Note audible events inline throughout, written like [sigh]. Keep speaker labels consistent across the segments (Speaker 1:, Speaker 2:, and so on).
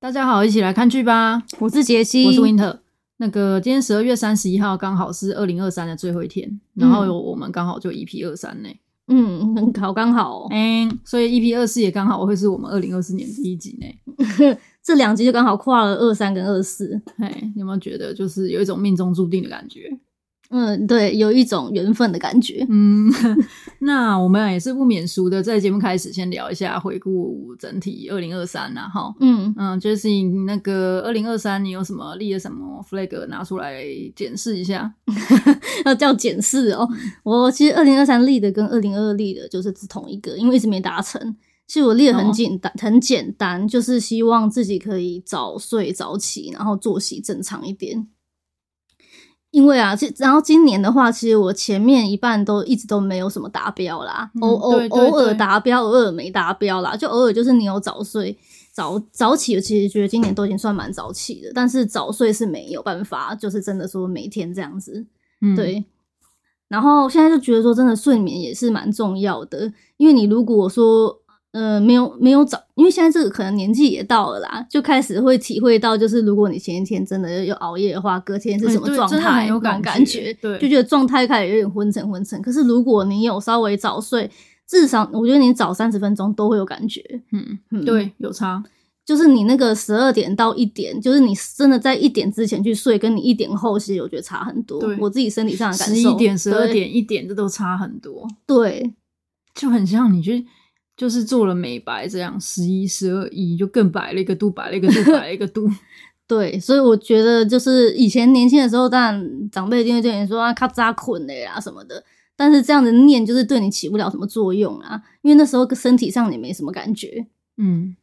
Speaker 1: 大家好，一起来看剧吧！
Speaker 2: 我是杰西，
Speaker 1: 我是 Winter。那个今天十二月三十一号刚好是二零二三的最后一天，然后有我们刚好就 EP 二三呢，
Speaker 2: 嗯，很好，刚好、哦，
Speaker 1: 嗯，所以 EP 二四也刚好会是我们二零二四年第一集呢。
Speaker 2: 这两集就刚好跨了二三跟二四，
Speaker 1: 哎，你有没有觉得就是有一种命中注定的感觉？
Speaker 2: 嗯，对，有一种缘分的感觉。
Speaker 1: 嗯， [laughs] 那我们也是不免俗的，在节目开始先聊一下回顾整体二零二三呐，哈，
Speaker 2: 嗯，
Speaker 1: 嗯，就是你那个二零二三，你有什么立了什么 flag 拿出来检视一下？
Speaker 2: [laughs] 要叫检视哦。我其实二零二三立的跟二零二立的就是只同一个，因为一直没达成。其实我列得
Speaker 1: 哦
Speaker 2: 很简单，很简单，就是希望自己可以早睡早起，然后作息正常一点。因为啊，其然后今年的话，其实我前面一半都一直都没有什么达标啦，
Speaker 1: 嗯
Speaker 2: 偶偶
Speaker 1: 对对
Speaker 2: 偶尔
Speaker 1: 对
Speaker 2: 达标，偶尔没达标啦，就偶尔就是你有早睡早早起，我其实觉得今年都已经算蛮早起的，但是早睡是没有办法，就是真的说每天这样子，
Speaker 1: 嗯，，
Speaker 2: 对。然后现在就觉得说，真的睡眠也是蛮重要的，因为你如果说呃没有没有早，因为现在这个可能年纪也到了啦，就开始会体会到，就是如果你前一天真的有熬夜的话，隔天是什
Speaker 1: 哎
Speaker 2: 么
Speaker 1: 对
Speaker 2: 状
Speaker 1: 真的
Speaker 2: 态，
Speaker 1: 很有
Speaker 2: 那种
Speaker 1: 感
Speaker 2: 感
Speaker 1: 觉
Speaker 2: 觉，
Speaker 1: 对
Speaker 2: 就觉得状态开始有点昏沉昏沉。可是如果你有稍微早睡，至少我觉得你早三十分钟都会有感觉，
Speaker 1: 嗯，
Speaker 2: 嗯，
Speaker 1: 对，有差，
Speaker 2: 就是你那个十二点到一点，就是你真的在一点之前去睡，跟你一点后，其实我觉得差很多
Speaker 1: 对。
Speaker 2: 我自己身体上的感受，
Speaker 1: 十一点、十二
Speaker 2: 对，
Speaker 1: 点、一点，这都差很多，
Speaker 2: 对
Speaker 1: 就很像你去就是做了美白这样，十一、十二、一就更白了一个度，白了一个度，白了一个
Speaker 2: [laughs]
Speaker 1: 度。
Speaker 2: 对，所以我觉得就是以前年轻的时候，当然长辈一定会对你说啊，咔嚓捆的啦什么的，但是这样的念就是对你起不了什么作用啊，因为那时候身体上也没什么感觉。
Speaker 1: 嗯，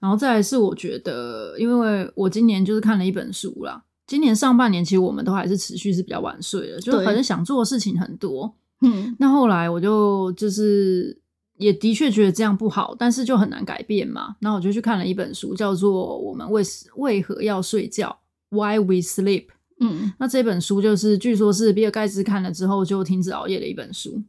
Speaker 1: 然后再来是我觉得，因为我今年就是看了一本书啦。今年上半年其实我们都还是持续是比较晚睡的，就是
Speaker 2: 对
Speaker 1: 反正想做的事情很多。
Speaker 2: 嗯，
Speaker 1: 那后来我就就是也的确觉得这样不好，但是就很难改变嘛。然后我就去看了一本书，叫做《我们为为何要睡觉》（Why We Sleep）。
Speaker 2: 嗯，
Speaker 1: 那这本书就是据说是比尔盖茨看了之后就停止熬夜的一本书。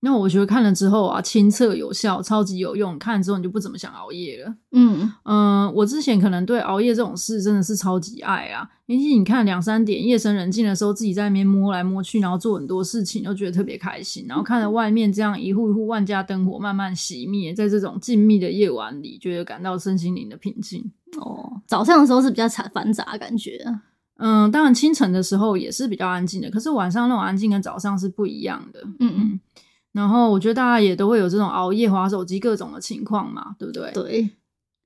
Speaker 1: 那我觉得看了之后啊，亲测有效，超级有用。看了之后你就不怎么想熬夜了。
Speaker 2: 嗯，
Speaker 1: 嗯，我之前可能对熬夜这种事真的是超级爱啊。尤其你看两三点夜深人静的时候，自己在那边摸来摸去，然后做很多事情，又觉得特别开心。然后看着外面这样一户一户万家灯火慢慢熄灭，在这种静谧的夜晚里，觉得感到身心灵的平静。
Speaker 2: 哦，早上的时候是比较繁繁杂的感觉啊。
Speaker 1: 嗯，当然清晨的时候也是比较安静的，可是晚上那种安静跟早上是不一样的。
Speaker 2: 嗯，
Speaker 1: 嗯，然后我觉得大家也都会有这种熬夜、划手机各种的情况嘛，对不对？
Speaker 2: 对，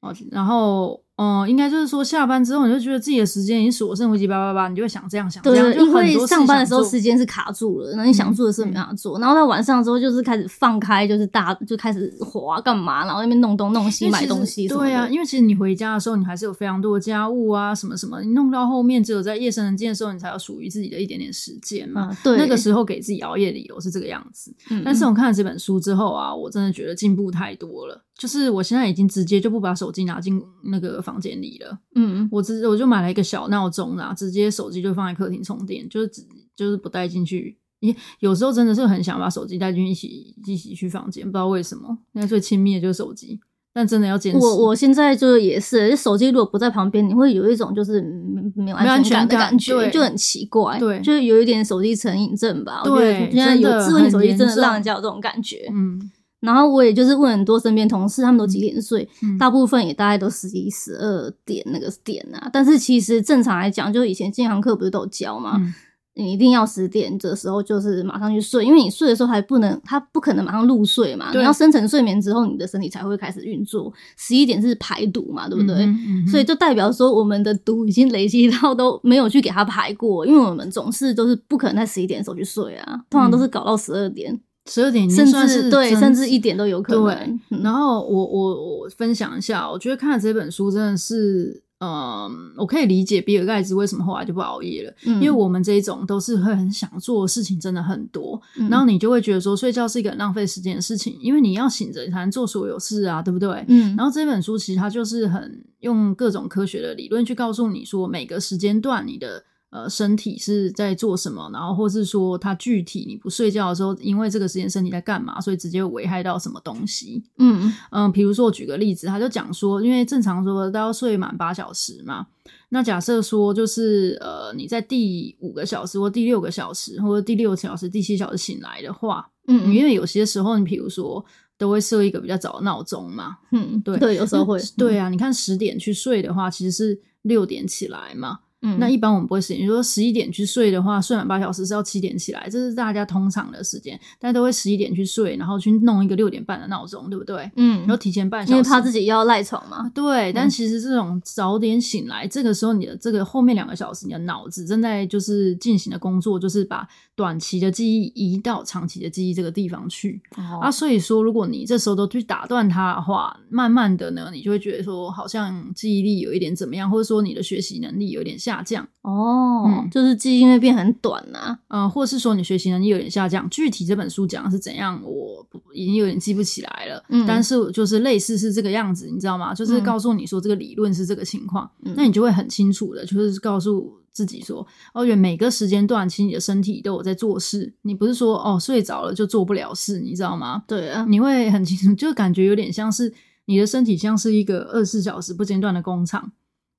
Speaker 1: 哦，然后，嗯、应该就是说下班之后，你就觉得自己的时间已经所剩无几，叭叭叭，你就会想这样想这样，
Speaker 2: 对，
Speaker 1: 就
Speaker 2: 因
Speaker 1: 很多
Speaker 2: 为
Speaker 1: 事
Speaker 2: 上班
Speaker 1: 想
Speaker 2: 的时候
Speaker 1: 做嗯
Speaker 2: 时间是卡住了，那你想做的事没办法做，然后到晚上的时候就是开始放开，就是大就开始滑干嘛，然后那边弄东弄西，
Speaker 1: 因为
Speaker 2: 买
Speaker 1: 其
Speaker 2: 东
Speaker 1: 实
Speaker 2: 西什么的。
Speaker 1: 对啊，因为其实你回家的时候，你还是有非常多的家务啊，什么什么，你弄到后面，只有在夜深人静的时候，你才有属于自己的一点点时间嘛。
Speaker 2: 啊，对，
Speaker 1: 那个时候给自己熬夜理由是这个样子，
Speaker 2: 嗯，
Speaker 1: 但是我看了这本书之后啊，我真的觉得进步太多了。就是我现在已经直接就不把手机拿进那个房间里了，
Speaker 2: 嗯，
Speaker 1: 我直我就买了一个小闹钟啦，直接手机就放在客厅充电，就是只就是不带进去。因有时候真的是很想把手机带进去一起一起去房间，不知道为什么。现在最亲密的就是手机，但真的要坚持。
Speaker 2: 我我现在就也是，就手机如果不在旁边，你会有一种就是嗯没
Speaker 1: 没
Speaker 2: 有
Speaker 1: 有安
Speaker 2: 安
Speaker 1: 全
Speaker 2: 感的
Speaker 1: 感
Speaker 2: 感觉，
Speaker 1: 对
Speaker 2: 就很奇怪，
Speaker 1: 对
Speaker 2: 就是有一点手机成瘾症吧。我觉
Speaker 1: 对
Speaker 2: 得现在
Speaker 1: 真
Speaker 2: 有
Speaker 1: 的
Speaker 2: 智慧型手机
Speaker 1: 很
Speaker 2: 真
Speaker 1: 严
Speaker 2: 的
Speaker 1: 重
Speaker 2: 让人家有这种感觉。
Speaker 1: 嗯，
Speaker 2: 然后我也就是问很多身边同事，他们都几点睡，
Speaker 1: 嗯
Speaker 2: 大部分也大概都十一、十二点那个点啊。但是其实正常来讲，就以前健康课不是都有教嘛，
Speaker 1: 嗯
Speaker 2: 你一定要十点的时候就是马上去睡，因为你睡的时候还不能，它不可能马上入睡嘛，
Speaker 1: 对
Speaker 2: 你要深层睡眠之后，你的身体才会开始运作。十一点是排毒嘛，对不对？
Speaker 1: 嗯哼嗯哼
Speaker 2: 所以就代表说，我们的毒已经累积到都没有去给它排过，因为我们总是都是不可能在十一点的时候去睡啊，通
Speaker 1: 嗯
Speaker 2: 常都是搞到十二点，
Speaker 1: 十二点已经
Speaker 2: 甚
Speaker 1: 算
Speaker 2: 至
Speaker 1: 是
Speaker 2: 对，
Speaker 1: 真
Speaker 2: 甚至一点都有可
Speaker 1: 对
Speaker 2: 能。嗯
Speaker 1: 然后我我我分享一下，我觉得看了这本书真的是，嗯，我可以理解比尔盖茨为什么后来就不熬夜了，
Speaker 2: 嗯
Speaker 1: 因为我们这一种都是会很想做的事情真的很多，
Speaker 2: 嗯
Speaker 1: 然后你就会觉得说睡觉是一个很浪费时间的事情，因为你要醒着才能做所有事啊，对不对？
Speaker 2: 嗯，
Speaker 1: 然后这本书其实它就是很用各种科学的理论去告诉你说，每个时间段你的呃身体是在做什么，然后或是说它具体你不睡觉的时候，因为这个时间身体在干嘛，所以直接危害到什么东西。
Speaker 2: 嗯
Speaker 1: 嗯，比如说我举个例子，他就讲说，因为正常说都要睡满八小时嘛，那假设说就是呃你在第五个小时或第六个小时或者第六小时、第七小时醒来的话，
Speaker 2: 嗯，
Speaker 1: 因为有些时候你比如说都会设一个比较早的闹钟嘛，
Speaker 2: 嗯
Speaker 1: 对
Speaker 2: 对，有时候会
Speaker 1: 那，对啊，你看十点去睡的话，其实是六点起来嘛。
Speaker 2: 嗯，
Speaker 1: 那一般我们不会十点，你说十一点去睡的话，睡满八小时是要七点起来，这是大家通常的时间，大家都会十一点去睡，然后去弄一个六点半的闹钟，对不对？
Speaker 2: 嗯
Speaker 1: 然后，提前半小时，
Speaker 2: 因为怕自己要赖床嘛，
Speaker 1: 对，但
Speaker 2: 嗯
Speaker 1: 其实这种早点醒来，这个时候你的这个后面两个小时，你的脑子正在就是进行的工作，就是把短期的记忆移到长期的记忆这个地方去。
Speaker 2: 哦
Speaker 1: 啊，所以说，如果你这时候都去打断它的话，慢慢的呢，你就会觉得说，好像记忆力有一点怎么样，或者说你的学习能力有点下降，
Speaker 2: 哦
Speaker 1: 嗯，
Speaker 2: 就是记忆因为变很短呐，
Speaker 1: 嗯、或是说你学习能力有点下降。具体这本书讲的是怎样，我不已经有点记不起来了。
Speaker 2: 嗯
Speaker 1: 但是就是类似是这个样子，你知道吗？就是
Speaker 2: 嗯
Speaker 1: 告诉你说这个理论是这个情况，
Speaker 2: 嗯
Speaker 1: 那你就会很清楚的，就是告诉自己说，而且每个时间段，其实你的身体都有在做事，你不是说哦睡着了就做不了事，你知道吗？
Speaker 2: 对啊，
Speaker 1: 你会很清楚， [laughs] 就感觉有点像是你的身体像是一个二十四小时不间断的工厂。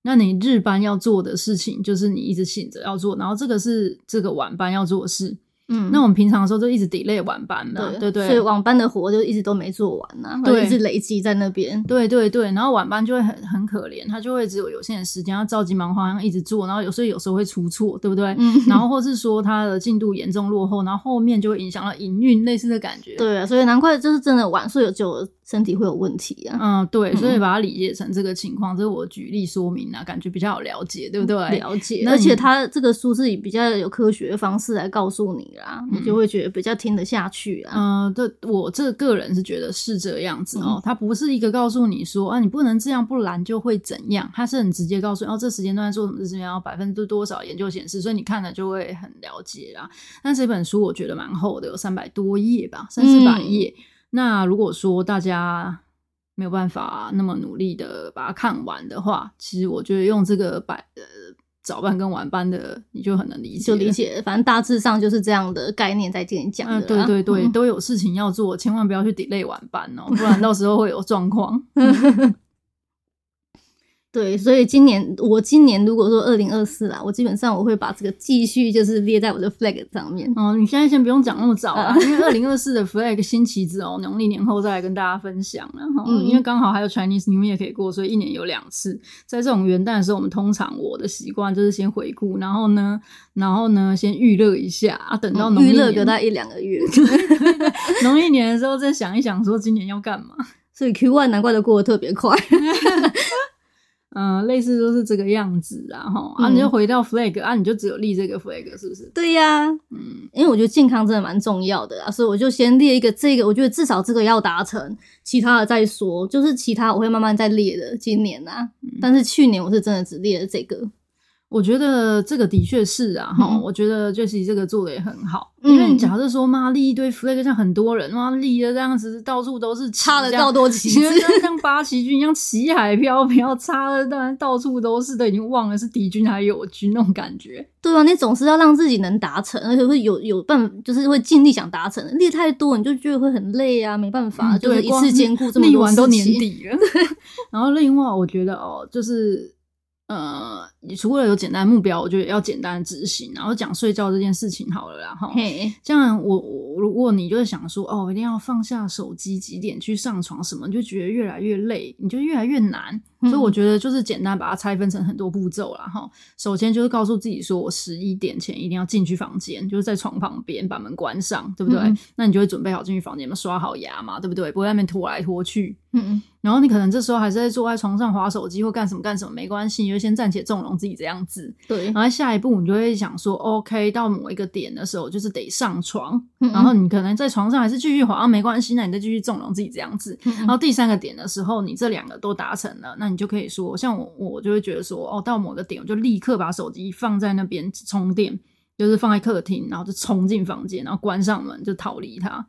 Speaker 1: 那你日班要做的事情，就是你一直醒着要做，然后这个是这个晚班要做的事。
Speaker 2: 嗯，
Speaker 1: 那我们平常的时候就一直 delay 晚班嘛，
Speaker 2: 对啊
Speaker 1: 对不
Speaker 2: 所以
Speaker 1: 对？
Speaker 2: 网班的活就一直都没做完呐，然后
Speaker 1: 对
Speaker 2: 一直累积在那边，
Speaker 1: 对对对，然后晚班就会很很可怜，他就会只有有限的时间，他着急忙慌一直做，然后有所以有时候会出错，对不对？
Speaker 2: 嗯，
Speaker 1: 然后或是说他的进度严重落后，然后后面就会影响到营运，类似的感觉。
Speaker 2: [laughs] 对啊，所以难怪就是真的晚睡有久，身体会有问题啊，
Speaker 1: 嗯，对，所以
Speaker 2: 嗯
Speaker 1: 把它理解成这个情况，这是我举例说明啊，感觉比较好了解，
Speaker 2: 嗯
Speaker 1: 对不对？
Speaker 2: 了解，
Speaker 1: 那
Speaker 2: 而且
Speaker 1: 你
Speaker 2: 他这个书是以比较有科学的方式来告诉你啦，你就会觉得比较听得下去啊。嗯
Speaker 1: 嗯、这我这个人是觉得是这样子哦，它不是一个告诉你说啊，你不能这样，不然就会怎样，它是很直接告诉你，哦，这时间段做什么事情，然后百分之多少研究显示，所以你看了就会很了解啦。但这本书我觉得蛮厚的，有三百多页吧，三四百
Speaker 2: 嗯
Speaker 1: 页。那如果说大家没有办法那么努力的把它看完的话，其实我觉得用这个百呃早班跟晚班的，你就很能理解
Speaker 2: 就
Speaker 1: 了，
Speaker 2: 理解，反正大致上就是这样的概念在跟你讲的
Speaker 1: 嗯，
Speaker 2: 啦、
Speaker 1: 对对对，
Speaker 2: 嗯
Speaker 1: 都有事情要做，千万不要去 delay 晚班哦，不然到时候会有状况。
Speaker 2: 对，所以今年我今年如果说二零二四啦，我基本上我会把这个继续就是列在我的 flag 上面。
Speaker 1: 嗯，你现在先不用讲那么早啦，
Speaker 2: 嗯
Speaker 1: 因为二零二四的 flag 新旗子哦，农历年后再来跟大家分享啦。哦
Speaker 2: 嗯
Speaker 1: 因为刚好还有 Chinese New Year 可以过，所以一年有两次。在这种元旦的时候，我们通常我的习惯就是先回顾，然后呢，然后呢，先预热一下啊，等到
Speaker 2: 嗯
Speaker 1: 农历
Speaker 2: 娱乐
Speaker 1: 年
Speaker 2: 个大概一两个月， [laughs]
Speaker 1: 农历年的时候再想一想，说今年要干嘛。
Speaker 2: 所以 Q one 难怪都过得特别快。 [laughs]
Speaker 1: 嗯、类似都是这个样子啊，哈，啊，
Speaker 2: 嗯
Speaker 1: 你就回到 flag 啊，你就只有立这个 flag 是不是？
Speaker 2: 对呀、
Speaker 1: 嗯，
Speaker 2: 因为我觉得健康真的蛮重要的啦，啊所以我就先列一个这个，我觉得至少这个要达成，其他的再说。就是其他我会慢慢再列的，今年啊，
Speaker 1: 嗯
Speaker 2: 但是去年我是真的只列了这个。
Speaker 1: 我觉得这个的确是啊，哈、
Speaker 2: 嗯
Speaker 1: 我觉得 Jesse 这个做的也很好，
Speaker 2: 嗯
Speaker 1: 因为你假设说妈立一堆 flag，像很多人妈立的这样子，到处都是
Speaker 2: 插了到
Speaker 1: 到
Speaker 2: 多旗帜，
Speaker 1: 啊像八旗军一样旗海飘飘，插的当然到处都是，都已经忘了是敌军还是友军那种感觉。
Speaker 2: 对啊，你总是要让自己能达成，而且会有有办法，就是会尽力想达成。列太多，你就觉得会很累啊，没办法，
Speaker 1: 嗯
Speaker 2: 就是
Speaker 1: 对
Speaker 2: 一
Speaker 1: 光
Speaker 2: 次兼顾这
Speaker 1: [laughs]
Speaker 2: 么
Speaker 1: 立
Speaker 2: 多
Speaker 1: 完都
Speaker 2: 事
Speaker 1: 年
Speaker 2: 情。
Speaker 1: 底了， [laughs] 然后另外我觉得哦，就是呃，你除了有简单目标，我觉得要简单的执行，然后讲睡觉这件事情好了啦，哈。
Speaker 2: 嘿，
Speaker 1: 这样我我如果你就是想说哦，一定要放下手机几点去上床什么，你就觉得越来越累，你就越来越难。
Speaker 2: 嗯
Speaker 1: 所以我觉得就是简单把它拆分成很多步骤啦。哈。首先就是告诉自己说我十一点前一定要进去房间，就是在床旁边把门关上，对不对？
Speaker 2: 嗯
Speaker 1: 那你就会准备好进去房间嘛，刷好牙嘛，对不对？不会在那边拖来拖去。
Speaker 2: 嗯，
Speaker 1: 然后你可能这时候还是在坐在床上划手机或干什么干什么，没关系，你就先暂且纵容自己这样子。
Speaker 2: 对，
Speaker 1: 然后下一步你就会想说，OK，到某一个点的时候就是得上床，
Speaker 2: 嗯
Speaker 1: 然后你可能在床上还是继续滑，啊没关系，那你再继续纵容自己这样子。
Speaker 2: 嗯
Speaker 1: 然后第三个点的时候，你这两个都达成了，那你就可以说，像我，我就会觉得说，哦，到某个点我就立刻把手机放在那边充电，就是放在客厅，然后就冲进房间，然后关上门就逃离它。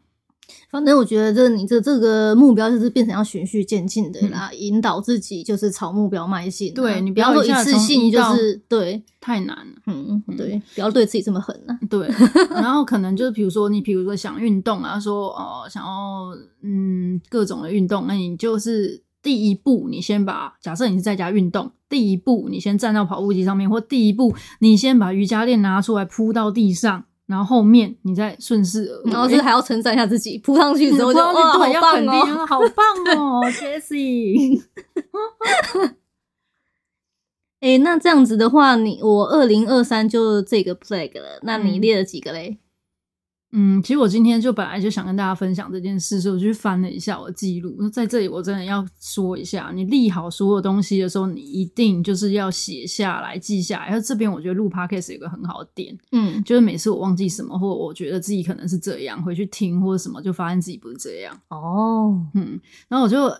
Speaker 2: 反正我觉得这你这这个目标就是变成要循序渐进的啦，引导自己就是朝目标迈进
Speaker 1: 嗯
Speaker 2: 啊、
Speaker 1: 对你
Speaker 2: 不
Speaker 1: 不
Speaker 2: 要
Speaker 1: 要
Speaker 2: 说
Speaker 1: 一下
Speaker 2: 次
Speaker 1: 从
Speaker 2: 性
Speaker 1: 一
Speaker 2: 就
Speaker 1: 到
Speaker 2: 是对，
Speaker 1: 太难了。
Speaker 2: 嗯，对，不要对自己这么狠啊。
Speaker 1: 对，然后可能就是比如说你，比如说想运动啊，说哦、呃想要嗯各种的运动，那你就是第一步，你先把假设你是在家运动，第一步你先站到跑步机上面，或第一步你先把瑜伽垫拿出来铺到地上，然后后面你再顺势而为，
Speaker 2: 然后是还要称赞一下自己，扑上去之后就
Speaker 1: 不要
Speaker 2: 哇，好
Speaker 1: 对，要
Speaker 2: 棒
Speaker 1: 肯定，啊
Speaker 2: 哦！
Speaker 1: 就是好棒哦，Jessie。
Speaker 2: [laughs] 诶，那这样子的话，你我二零二三就这个 flag 了，那你
Speaker 1: 嗯
Speaker 2: 列了几个嘞？
Speaker 1: 嗯，其实我今天就本来就想跟大家分享这件事，所以我就去翻了一下我的记录。那在这里我真的要说一下，你立好所有东西的时候，你一定就是要写下来、记下来。然后这边我觉得录 podcast 有个很好的点，
Speaker 2: 嗯，
Speaker 1: 就是每次我忘记什么，或者我觉得自己可能是这样，回去听或者什么，就发现自己不是这样。
Speaker 2: 哦，
Speaker 1: 嗯，然后我就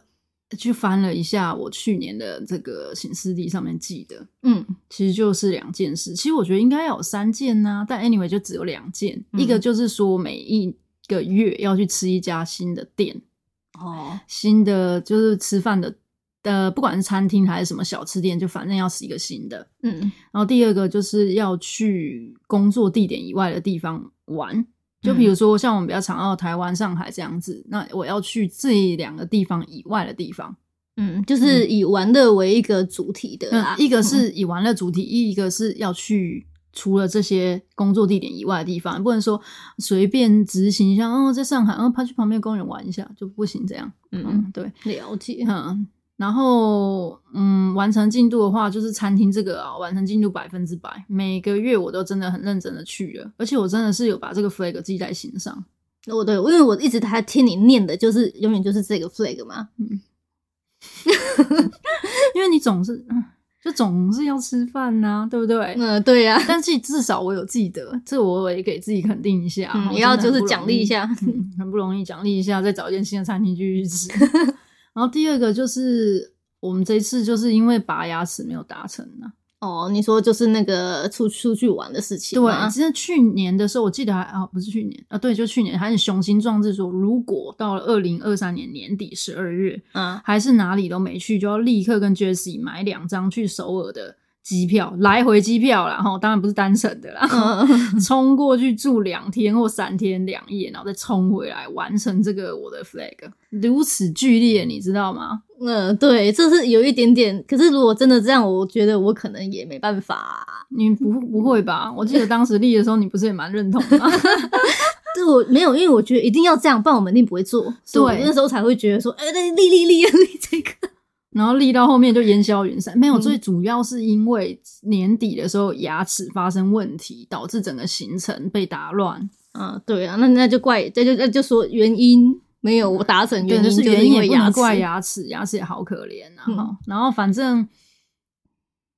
Speaker 1: 去翻了一下我去年的这个行事历上面记的，
Speaker 2: 嗯
Speaker 1: 其实就是两件事。其实我觉得应该要有三件呐、但 anyway 就只有两件。
Speaker 2: 嗯
Speaker 1: 一个就是说每一个月要去吃一家新的店，
Speaker 2: 哦，
Speaker 1: 新的就是吃饭的，呃，不管是餐厅还是什么小吃店，就反正要吃一个新的。
Speaker 2: 嗯
Speaker 1: 然后第二个就是要去工作地点以外的地方玩。就比如说，像我们比较常到台湾、上海这样子，那我要去这两个地方以外的地方。
Speaker 2: 嗯，就是以玩的为一个主体的啦
Speaker 1: 嗯，，一个是以玩乐主体，一一个是要去除了这些工作地点以外的地方，不能说随便执行一下。哦，在上海，哦，他去旁边公园玩一下就不行，这样。
Speaker 2: 嗯，
Speaker 1: 嗯，对，
Speaker 2: 了解，
Speaker 1: 嗯。然后，嗯，完成进度的话，就是餐厅这个啊，完成进度百分之百，每个月我都真的很认真的去了，而且我真的是有把这个 flag 记在心上。
Speaker 2: 我对，因为我一直还听你念的，就是永远就是这个 flag 嘛。
Speaker 1: 因为你总是，嗯就总是要吃饭呐、对不对？
Speaker 2: 嗯，对呀、
Speaker 1: [laughs] 但是至少我有记得，这我也给自己肯定一下，
Speaker 2: 嗯
Speaker 1: 我
Speaker 2: 也要
Speaker 1: 真的
Speaker 2: 就是
Speaker 1: 很不容易
Speaker 2: 奖励一下
Speaker 1: 嗯，很不容易奖励一下，再找一间新的餐厅继续吃。
Speaker 2: [laughs]
Speaker 1: 然后第二个就是我们这一次就是因为拔牙齿没有达成啊，
Speaker 2: 哦，你说就是那个出出去玩的事情
Speaker 1: 对，
Speaker 2: 嘛，
Speaker 1: 其实去年的时候我记得还啊不是去年啊对，就去年还是雄心壮志说，如果到了二零二三年年底十二月
Speaker 2: 啊，
Speaker 1: 还是哪里都没去，就要立刻跟 Jessie 买两张去首尔的机票，来回机票啦，哈，当然不是单程的啦。
Speaker 2: 嗯，
Speaker 1: 冲过去住两天或三天两夜，然后再冲回来，完成这个我的 flag，如此剧烈，你知道吗？
Speaker 2: 嗯，对，这是有一点点。可是如果真的这样，我觉得我可能也没办法、啊
Speaker 1: 你不
Speaker 2: 嗯
Speaker 1: 不会吧？我记得当时立的时候，你不是也蛮认同的吗？ [laughs]
Speaker 2: 这我没有，因为我觉得一定要这样，不然我们一定不会做。所以我
Speaker 1: 对
Speaker 2: 那时候才会觉得说，哎、那立立立立这个，
Speaker 1: 然后立到后面就烟消云散，没有，
Speaker 2: 嗯
Speaker 1: 最主要是因为年底的时候牙齿发生问题，导致整个行程被打乱。
Speaker 2: 啊，对啊，那那就怪，那就那就说原因没有我达成，
Speaker 1: 对，
Speaker 2: 原因
Speaker 1: 就是
Speaker 2: 就
Speaker 1: 原
Speaker 2: 因
Speaker 1: 因
Speaker 2: 为
Speaker 1: 也不能
Speaker 2: 牙齿。
Speaker 1: 怪牙齿，牙齿也好可怜啊。
Speaker 2: 嗯
Speaker 1: 哈然后反正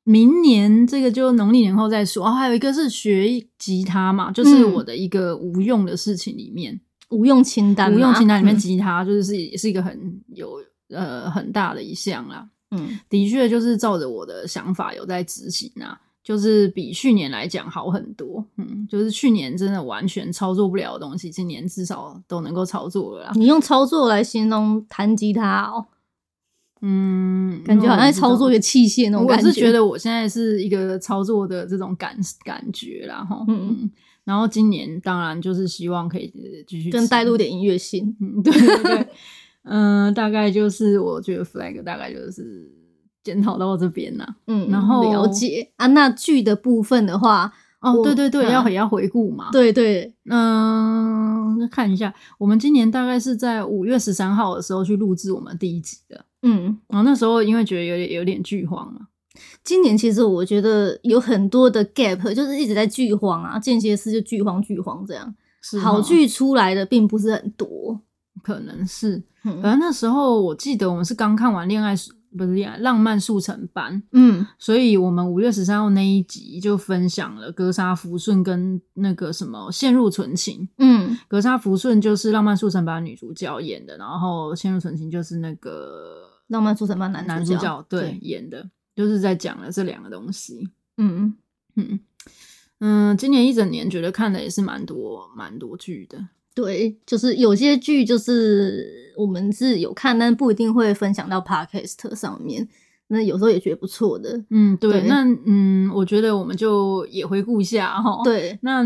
Speaker 1: 明年这个就农历年后再说。哦，还有一个是学吉他嘛，就是
Speaker 2: 嗯
Speaker 1: 我的一个无用的事情里面，
Speaker 2: 无用清单嘛，
Speaker 1: 无用清单里面
Speaker 2: 嗯
Speaker 1: 吉他就是是也是一个很有呃很大的一项啦。
Speaker 2: 嗯
Speaker 1: 的确就是照着我的想法有在执行啊，就是比去年来讲好很多。嗯，就是去年真的完全操作不了的东西，今年至少都能够操作了啦。
Speaker 2: 你用操作来形容弹吉他哦，
Speaker 1: 嗯，
Speaker 2: 感觉好像在操作一
Speaker 1: 原。
Speaker 2: 个器械那种
Speaker 1: 我
Speaker 2: 感
Speaker 1: 是觉得我现在是一个操作的这种感感觉啦，哈，
Speaker 2: 嗯
Speaker 1: 嗯，然后今年当然就是希望可以呃继续
Speaker 2: 跟
Speaker 1: 吃
Speaker 2: 带入，点音乐性。
Speaker 1: 嗯，对对对，嗯、大概就是我觉得 flag 大概就是检讨到这边啦。
Speaker 2: 嗯，
Speaker 1: 然后
Speaker 2: 了解啊，那剧的部分的话，
Speaker 1: 哦，
Speaker 2: 我
Speaker 1: 对对对，
Speaker 2: 嗯
Speaker 1: 要也要回顾嘛，，
Speaker 2: 对对，
Speaker 1: 嗯、看一下，我们今年大概是在五月十三号的时候去录制我们第一集的，
Speaker 2: 嗯，
Speaker 1: 然后那时候因为觉得有点有点剧荒嘛，
Speaker 2: 今年其实我觉得有很多的 gap，就是一直在剧荒啊，间歇式就剧荒剧荒这样，
Speaker 1: 是
Speaker 2: 好
Speaker 1: 齁
Speaker 2: 剧出来的并不是很多。
Speaker 1: 可能是，反
Speaker 2: 嗯
Speaker 1: 正那时候我记得我们是刚看完《恋爱速》不是《恋爱浪漫速成班》，
Speaker 2: 嗯
Speaker 1: 所以我们五月十三号那一集就分享了格杀福顺跟那个什么陷入纯情。
Speaker 2: 嗯
Speaker 1: 格杀福顺就是《浪漫速成班》女主角演的，然后陷入纯情就是那个
Speaker 2: 浪漫速成班男
Speaker 1: 男
Speaker 2: 主
Speaker 1: 主
Speaker 2: 角
Speaker 1: 角
Speaker 2: 对
Speaker 1: 对演的，就是在讲了这两个东西。
Speaker 2: 嗯，
Speaker 1: 嗯嗯，今年一整年觉得看的也是蛮多蛮多剧的。
Speaker 2: 对，就是有些剧就是我们是有看，但不一定会分享到 podcast 上面。那有时候也觉得不错的，
Speaker 1: 嗯，对，
Speaker 2: 对
Speaker 1: 那嗯，我觉得我们就也回顾一下哈。，
Speaker 2: 对，
Speaker 1: 那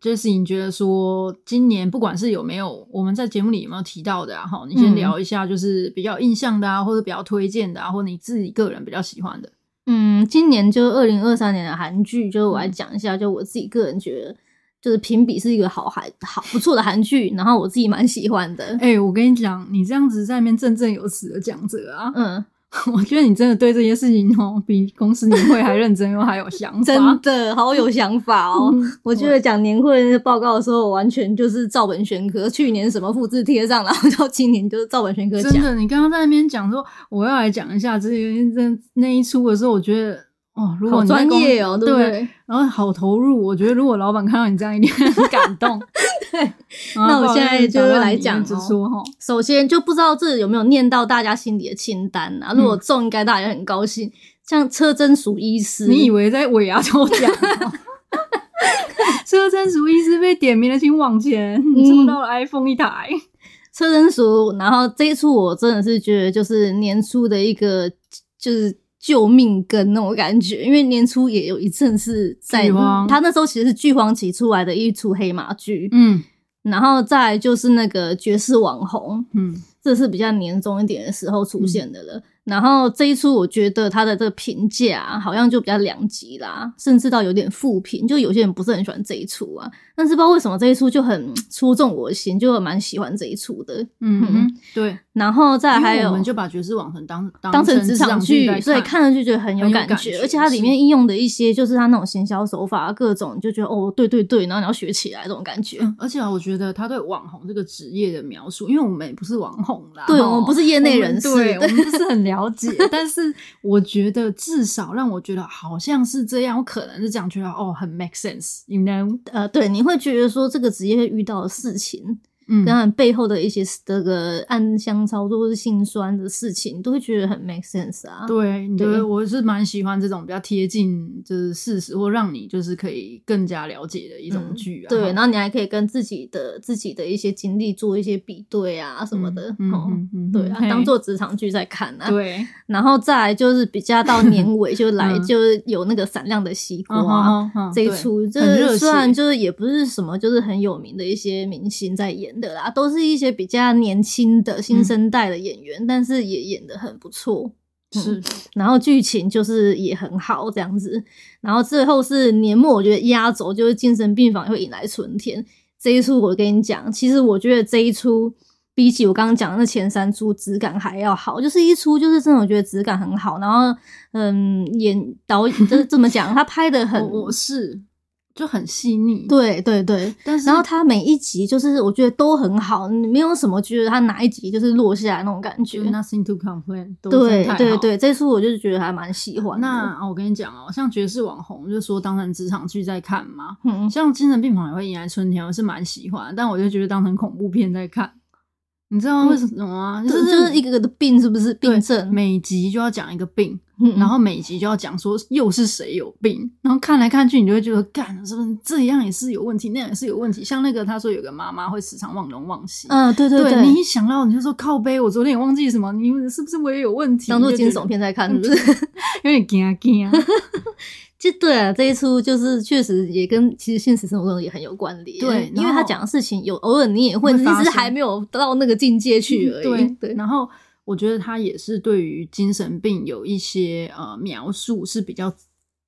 Speaker 1: Jesse，你觉得说今年不管是有没有我们在节目里有没有提到的啊，哈，你先
Speaker 2: 嗯
Speaker 1: 聊一下，就是比较印象的啊，或者比较推荐的啊，或者你自己个人比较喜欢的。
Speaker 2: 嗯，今年就二零二三年的韩剧，就是我来
Speaker 1: 嗯
Speaker 2: 讲一下，就我自己个人觉得，就是评比是一个好韩好不错的韩剧，然后我自己蛮喜欢的。
Speaker 1: 哎、我跟你讲，你这样子在那边振振有词的讲着啊， [laughs]
Speaker 2: 嗯，
Speaker 1: 我觉得你真的对这些事情哦，比公司年会还认 [laughs] 真又还有想法。
Speaker 2: 真的好有想法
Speaker 1: 啊
Speaker 2: 哦。
Speaker 1: 嗯
Speaker 2: 我觉得讲年会的报告的时候，我完全就是照本宣科。去年什么复制贴上，然后到今年就是照本宣科
Speaker 1: 真
Speaker 2: 讲。
Speaker 1: 的，你刚刚在那边讲说我要来讲一下这些这那一出的时候，我觉得哦，如果
Speaker 2: 好
Speaker 1: 你在
Speaker 2: 专
Speaker 1: 公
Speaker 2: 业哦，
Speaker 1: 对
Speaker 2: 不对？
Speaker 1: 然后好投入，我觉得如果老板看到你这样，一定很感动。
Speaker 2: [laughs]
Speaker 1: 嗯
Speaker 2: 对
Speaker 1: 然后
Speaker 2: 那我
Speaker 1: 不好意思
Speaker 2: 现在就
Speaker 1: 打断
Speaker 2: 来
Speaker 1: 你
Speaker 2: 讲
Speaker 1: 一直
Speaker 2: 哦
Speaker 1: 说哈，
Speaker 2: 首先就不知道这有没有念到大家心里的清单啊？
Speaker 1: 嗯
Speaker 2: 如果中，应该大家很高兴。像车真淑医师，
Speaker 1: 你以为在尾牙抽奖哦？ [laughs] 车真淑医师被点名了，请往前，你抽
Speaker 2: 嗯
Speaker 1: 到了 iPhone 一台。
Speaker 2: 车真淑，然后这一出我真的是觉得就是年初的一个就是救命根那种感觉，因为年初也有一阵是在
Speaker 1: 剧荒
Speaker 2: 他那时候其实是剧荒期出来的一出黑马剧，
Speaker 1: 嗯
Speaker 2: 然后再来就是那个爵士网红，
Speaker 1: 嗯
Speaker 2: 这是比较年终一点的时候出现的了。然后这一出，我觉得它的这个评价、好像就比较两极啦，甚至到有点负评，就有些人不是很喜欢这一出啊。但是不知道为什么这一出就很戳中我的心，就蛮喜欢这一出的。
Speaker 1: 嗯嗯，对。
Speaker 2: 然后再来还
Speaker 1: 因为
Speaker 2: 有
Speaker 1: 我们就把爵士网成当
Speaker 2: 当成
Speaker 1: 成
Speaker 2: 职场
Speaker 1: 剧
Speaker 2: 剧
Speaker 1: 来，
Speaker 2: 所以看了就觉得很有
Speaker 1: 很有
Speaker 2: 感
Speaker 1: 感
Speaker 2: 觉，
Speaker 1: 觉
Speaker 2: 而且它里面应用的一些就是它那种行销手法啊，各种就觉得哦，对对对，然后你要学起来这种感觉。
Speaker 1: 而且啊我觉得他对网红这个职业的描述，因为我们也不是网红啦，
Speaker 2: 对
Speaker 1: 齁
Speaker 2: 我们不是业内人士
Speaker 1: 我们对，
Speaker 2: 对
Speaker 1: 我们不是很了解。但是我觉得至少让我觉得好像是这样，我可能是这样觉得哦，很 make sense，you know？
Speaker 2: 呃，对，你会觉得说这个职业会遇到的事情，
Speaker 1: 嗯
Speaker 2: 跟他们背后的一些这个暗箱操作或是心酸的事情，都会觉得很 make sense 啊。
Speaker 1: 对，你觉
Speaker 2: 对
Speaker 1: 得我是蛮喜欢这种比较贴近就是事实，或让你就是可以更加了解的一种
Speaker 2: 嗯
Speaker 1: 剧啊。
Speaker 2: 对，
Speaker 1: 齁
Speaker 2: 然后你还可以跟自己的自己的一些经历做一些比对啊什么的，
Speaker 1: 嗯
Speaker 2: 哦
Speaker 1: 嗯嗯嗯
Speaker 2: 对啊
Speaker 1: 嘿，
Speaker 2: 当做职场剧在看啊。
Speaker 1: 对，
Speaker 2: 然后再来就是比较到年尾就来
Speaker 1: 嗯
Speaker 2: 就是有那个闪亮的西瓜。
Speaker 1: 嗯哼哼哼
Speaker 2: 这一
Speaker 1: 对
Speaker 2: 出，就
Speaker 1: 很热
Speaker 2: 是虽然
Speaker 1: 血
Speaker 2: 就是也不是什么，就是很有名的一些明星在演的啦，都是一些比较年轻的
Speaker 1: 嗯
Speaker 2: 新生代的演员，但是也演的很不错。
Speaker 1: 是
Speaker 2: 然后剧情就是也很好这样子，然后最后是年末，我觉得压轴就是精神病房会迎来春天这一出。我跟你讲，其实我觉得这一出比起我刚刚讲的那前三出质感还要好，就是一出就是真的我觉得质感很好，然后嗯，演导演就是怎么讲，他拍的很
Speaker 1: 我我是就很细腻，，
Speaker 2: 对对对，
Speaker 1: 但是
Speaker 2: 然后他每一集就是我觉得都很好，你没有什么觉得他哪一集就是落下来那种感觉
Speaker 1: 就。nothing to complain，都真
Speaker 2: 对
Speaker 1: 的太
Speaker 2: 对
Speaker 1: 好
Speaker 2: 对，这出我就是觉得还蛮喜欢的。
Speaker 1: 那啊我跟你讲哦，像爵士网红，就说当成职场剧在看嘛，
Speaker 2: 嗯，
Speaker 1: 像精神病房也会迎来春天，我是蛮喜欢，但我就觉得当成恐怖片在看，你知道为什么吗？
Speaker 2: 嗯就是就是一个个的病，是不是
Speaker 1: 对
Speaker 2: 病症？
Speaker 1: 每集就要讲一个病，
Speaker 2: 嗯
Speaker 1: 然后每集就要讲说又是谁有病，然后看来看去，你就会觉得干是不是这样也是有问题，那样也是有问题。像那个他说有个妈妈会时常忘东忘西，
Speaker 2: 嗯，对对
Speaker 1: 你一想到你就说靠背，我昨天也忘记什么，你是不是我也有问题？
Speaker 2: 当做惊
Speaker 1: 你就觉
Speaker 2: 悚
Speaker 1: 得嗯
Speaker 2: 片在看，是不是？ [laughs]
Speaker 1: [laughs] 有点惊啊惊啊。
Speaker 2: 就对啊，这一出就是确实也跟其实现实生活中也很有关联。
Speaker 1: 对
Speaker 2: 因为
Speaker 1: 然后
Speaker 2: 他讲的事情有偶尔你也会，
Speaker 1: 会
Speaker 2: 只
Speaker 1: 发
Speaker 2: 是
Speaker 1: 生
Speaker 2: 还没有到那个境界去而已。
Speaker 1: 嗯对
Speaker 2: 对，
Speaker 1: 然后我觉得他也是对于精神病有一些呃描述是比较。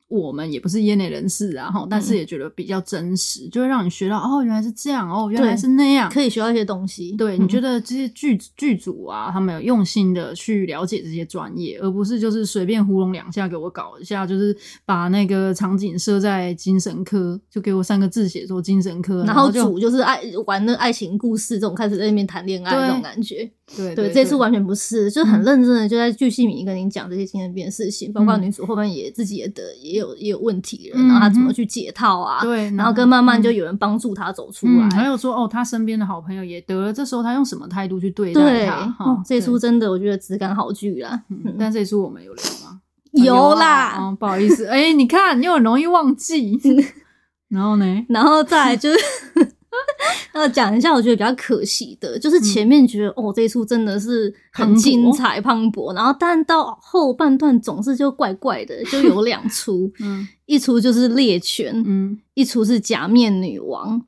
Speaker 1: 我们也不是业内人士啊，哈，但是
Speaker 2: 嗯
Speaker 1: 也觉得比较真实，就会让你学到哦，原来是这样，哦，原来
Speaker 2: 对
Speaker 1: 是那样，
Speaker 2: 可以学嗯到一些东西。
Speaker 1: 对，你觉得
Speaker 2: 得？
Speaker 1: 这些剧剧组啊，他们有用心的去了解这些专业，而不是就是随便糊弄两下给我搞一下，就是把那个场景设在精神科，就给我三个字写说精神科，
Speaker 2: 然
Speaker 1: 然
Speaker 2: 后
Speaker 1: 就
Speaker 2: 主就是爱玩那个爱情故事这种，开始在那边谈恋爱
Speaker 1: 对
Speaker 2: 这种感觉。
Speaker 1: 对
Speaker 2: 对，
Speaker 1: 对，
Speaker 2: 这次完全不是，就很
Speaker 1: 嗯
Speaker 2: 认真的就在巨细靡遗跟你讲这些精神病的事情，包括
Speaker 1: 嗯
Speaker 2: 女主后面也自己也得也有也有问题了，
Speaker 1: 嗯
Speaker 2: 然后她怎
Speaker 1: 嗯
Speaker 2: 么去解套啊？
Speaker 1: 对，
Speaker 2: 然后跟慢慢就
Speaker 1: 嗯
Speaker 2: 有人帮助他走出
Speaker 1: 嗯
Speaker 2: 来。
Speaker 1: 还有说哦，他身边的好朋友也得了，这时候他用什么态度去对待
Speaker 2: 对，
Speaker 1: 他？哈、
Speaker 2: 哦，这
Speaker 1: 对
Speaker 2: 出真的我觉得质感好剧啦。
Speaker 1: 嗯
Speaker 2: [laughs]
Speaker 1: 但这一出我们有聊吗？
Speaker 2: 有
Speaker 1: 哎呦
Speaker 2: 啦，
Speaker 1: 哦，不好意 [laughs] 思，哎、 [laughs] 你看，又很容易忘记。然后呢？
Speaker 2: 然后再来就是。 [laughs] 要讲一下，我觉得比较可惜的，就是
Speaker 1: 嗯
Speaker 2: 前面觉得、哦这一出真的是很精彩磅礴，然后但到后半段总是就怪怪的，就有两出，
Speaker 1: [laughs] 嗯
Speaker 2: 一出就是猎犬，
Speaker 1: 嗯，
Speaker 2: 一出是假面女王。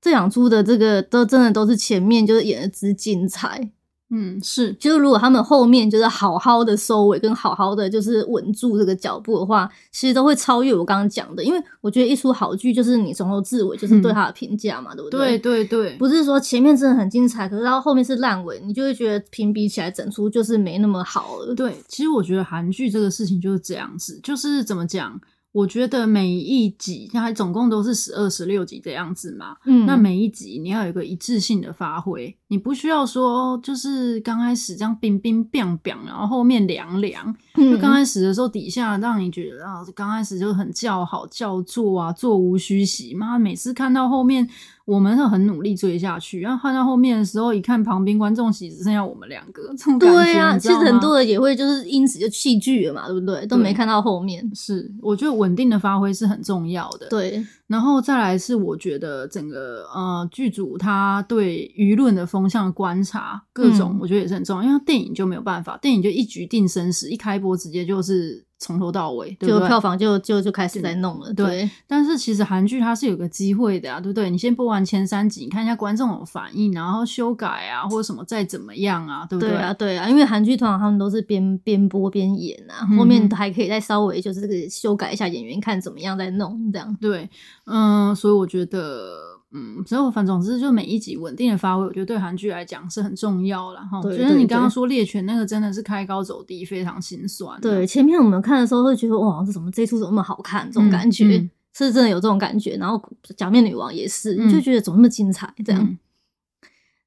Speaker 2: 这两出的这个都真的都是前面就是演的之精彩，
Speaker 1: 嗯，是，
Speaker 2: 就是如果他们后面就是好好的收尾，跟好好的就是稳住这个脚步的话，其实都会超越我刚刚讲的。因为我觉得一出好剧就是你从头至尾就是对他的评价嘛，对不
Speaker 1: 嗯对
Speaker 2: 对？
Speaker 1: 对对，
Speaker 2: 不是说前面真的很精彩，可是到后面是烂尾，你就会觉得评比起来整出就是没那么好了。
Speaker 1: 对，其实我觉得韩剧这个事情就是这样子，就是怎么讲？我觉得每一集它总共都是十二、十六集这样子嘛。
Speaker 2: 嗯，
Speaker 1: 那每一集你要有一个一致性的发挥，你不需要说哦就是刚开始这样冰冰冰冰，然后后面凉凉。就
Speaker 2: 就
Speaker 1: 刚开始的时候，底下让你觉得啊，刚开始就很叫好叫座啊，座无虚席。妈，每次看到后面，我们是很努力追下去，然后看到后面的时候，一看旁边观众席只剩下我们两个，这种感觉
Speaker 2: 对啊，
Speaker 1: 你知
Speaker 2: 其实
Speaker 1: 道
Speaker 2: 很
Speaker 1: 吗
Speaker 2: 多人也会就是因此就弃剧了嘛，对不对？都没看到后面。
Speaker 1: 是，我觉得稳定的发挥是很重要的。，
Speaker 2: 对，
Speaker 1: 然后再来是我觉得整个呃剧组他对舆论的风向的观察，各种
Speaker 2: 嗯
Speaker 1: 我觉得也是很重要，因为电影就没有办法，电影就一局定生死，一开播直接就是从头到尾，对
Speaker 2: 就
Speaker 1: 不对
Speaker 2: 票？房就就就开始在弄了。
Speaker 1: 对
Speaker 2: 对，
Speaker 1: 但是其实韩剧它是有个机会的啊，对不对？你先播完前三集，你看一下观众有反应，然后修改啊，或者什么再怎么样啊，对不
Speaker 2: 对啊，对啊，因为韩剧通常他们都是边边播边演啊，后面
Speaker 1: 嗯
Speaker 2: 还可以再稍微就是这个修改一下演员，看怎么样再弄这样。
Speaker 1: 对，嗯，所以我觉得，嗯，所以我反总之就每一集稳定的发挥，我觉得对韩剧来讲是很重要啦。哈。
Speaker 2: 对
Speaker 1: 觉得
Speaker 2: 对
Speaker 1: 你刚刚
Speaker 2: 对
Speaker 1: 说猎犬那个真的是开高走低，非常心酸啊。
Speaker 2: 对，前面我们看的时候会觉得哇，这怎么这一出怎么那么好看，这种感觉、
Speaker 1: 嗯嗯
Speaker 2: 是真的有这种感觉。然后假面女王也是，
Speaker 1: 嗯
Speaker 2: 就觉得怎么那么精彩这样。
Speaker 1: 嗯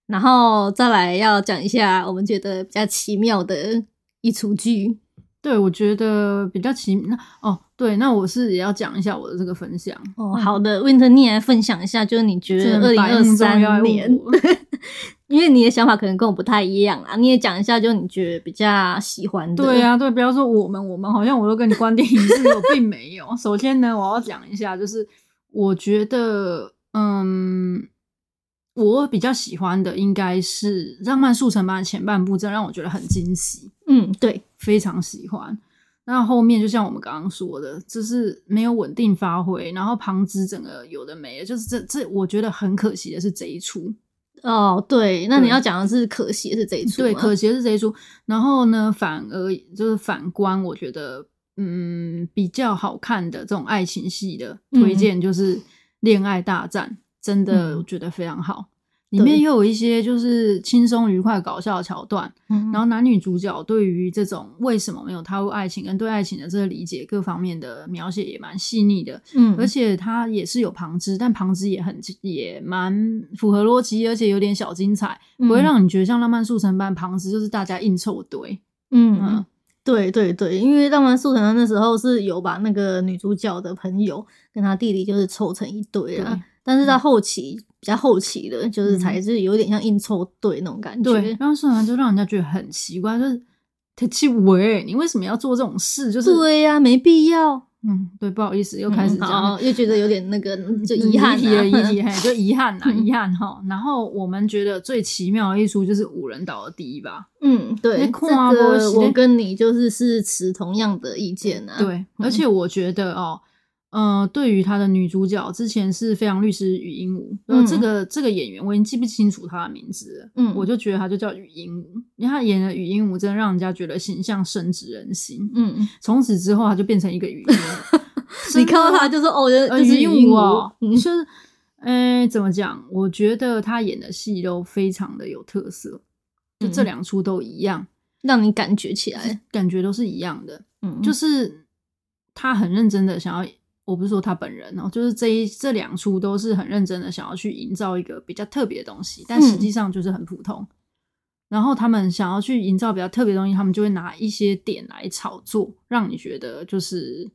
Speaker 2: 然后再来要讲一下我们觉得比较奇妙的一出剧，
Speaker 1: 对，我觉得比较奇那哦，对，那我是也要讲一下我的这个分享。
Speaker 2: 哦，好的，Winter，你也来分享一下，就是你觉得
Speaker 1: 真
Speaker 2: 二
Speaker 1: 的
Speaker 2: 零
Speaker 1: 百
Speaker 2: 二
Speaker 1: 目中要
Speaker 2: 三
Speaker 1: 有
Speaker 2: 年
Speaker 1: 我，
Speaker 2: [laughs] 因为你的想法可能跟我不太一样啊，你也讲一下，就是你觉得比较喜欢的。
Speaker 1: 对，啊，对，不要说我们，我们好像我都跟你观点一致，我并没有。 [laughs] 首先呢，我要讲一下，就是我觉得，嗯，我比较喜欢的应该是《浪漫速成班》的前半部，真的让我觉得很惊喜，
Speaker 2: 嗯，对，
Speaker 1: 非常喜欢。那后面就像我们刚刚说的，就是没有稳定发挥，然后旁枝整个有的没的，就是这这，我觉得很可惜的是这一出，
Speaker 2: 哦，对，那你
Speaker 1: 对
Speaker 2: 要讲的是可惜是这一出吗，啊
Speaker 1: 对，可惜是这一出。然后呢，反而就是反观，我觉得嗯比较好看的这种爱情戏的推荐就是《恋爱大战》，真的
Speaker 2: 嗯
Speaker 1: 我觉得非常好。
Speaker 2: 对
Speaker 1: 里面又有一些就是轻松愉快、搞笑的桥段，
Speaker 2: 嗯，
Speaker 1: 然后男女主角对于这种为什么没有踏入爱情跟对爱情的这个理解各方面的描写也蛮细腻的，
Speaker 2: 嗯，
Speaker 1: 而且它也是有旁枝，但旁枝也很也蛮符合逻辑，而且有点小精彩，
Speaker 2: 嗯
Speaker 1: 不会让你觉得像浪漫速成班旁枝就是大家硬凑堆。
Speaker 2: 嗯
Speaker 1: 嗯
Speaker 2: 嗯，对对对，因为《浪漫速成班》那时候是有把那个女主角的朋友跟她弟弟就是凑成一对啊
Speaker 1: 对，
Speaker 2: 但是到后期、比较后期的，就是
Speaker 1: 嗯
Speaker 2: 才是有点像硬凑对那种感觉。
Speaker 1: 对，浪漫速成班就让人家觉得很奇怪，就是他气味，欸你为什么要做这种事？就是
Speaker 2: 对呀、没必要。
Speaker 1: 嗯，对，不好意思，又开始
Speaker 2: 嗯
Speaker 1: 讲了。嗯
Speaker 2: 好又觉得有点那个，就遗憾、啊。
Speaker 1: 哦遗遗体，嘿，就遗憾呐、
Speaker 2: 嗯
Speaker 1: 遗憾哈。然后我们觉得最奇妙的一出就是五人岛的第一吧，
Speaker 2: [laughs] 嗯，对，
Speaker 1: 你
Speaker 2: 这
Speaker 1: 看啊我是
Speaker 2: 个我跟你就是是持同样的意见啊。，
Speaker 1: 对，而且我觉得哦，呃，对于他的女主角，之前是《非常律师禹英禑》，然呃后这
Speaker 2: 嗯
Speaker 1: 个这个演员我已经记不清楚他的名字了，
Speaker 2: 嗯
Speaker 1: 我就觉得他就叫禹英禑，因为他演的禹英禑真的让人家觉得形象深植人心。
Speaker 2: 嗯，，
Speaker 1: 从此之后，他就变成一个禹英禑
Speaker 2: [laughs] 你看到他就
Speaker 1: 真的
Speaker 2: 说哦，就
Speaker 1: 呃
Speaker 2: 就是
Speaker 1: 禹英禑
Speaker 2: 鹉
Speaker 1: 哦，就是。呃，怎么讲？我觉得他演的戏都非常的有特色，就这
Speaker 2: 嗯
Speaker 1: 两出都一样，
Speaker 2: 让你感觉起来，
Speaker 1: 感觉都是一样的。
Speaker 2: 嗯，
Speaker 1: 就是他很认真的想要，我不是说他本人哦，就是这一这两出都是很认真的想要去营造一个比较特别的东西，但
Speaker 2: 嗯
Speaker 1: 实际上就是很普通。然后他们想要去营造比较特别的东西，他们就会拿一些点来炒作，让你觉得就是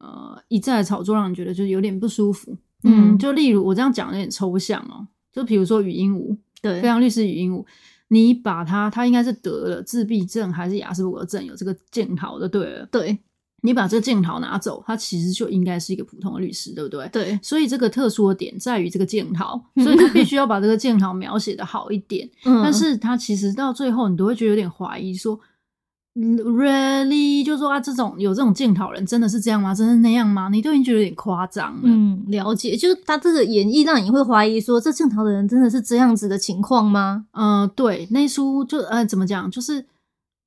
Speaker 1: 呃一再的炒作，让你觉得就是有点不舒服。
Speaker 2: 嗯
Speaker 1: 就例如我这样讲有点抽象哦，就比如说语音舞，
Speaker 2: 对
Speaker 1: 非，常律师语音舞，你把他，他应该是得了自闭症还是雅斯伯格症，有这个健好就对了。
Speaker 2: 对，
Speaker 1: 你把这健逃拿走，他其实就应该是一个普通的律师，对不对？
Speaker 2: 对，
Speaker 1: 所以这个特殊的点在于这个健逃，所以他必须要把这个健逃描写的好一点。[laughs]
Speaker 2: 嗯
Speaker 1: 但是他其实到最后，你都会觉得有点怀疑说，嗯，really 就说啊，这种有这种健讨人真的是这样吗？真的那样吗？你都已经觉得有点夸张了。
Speaker 2: 嗯，了解，就是他这个演绎让你会怀疑说，这正常的人真的是这样子的情况吗？
Speaker 1: 嗯、对，那一出就呃怎么讲，就是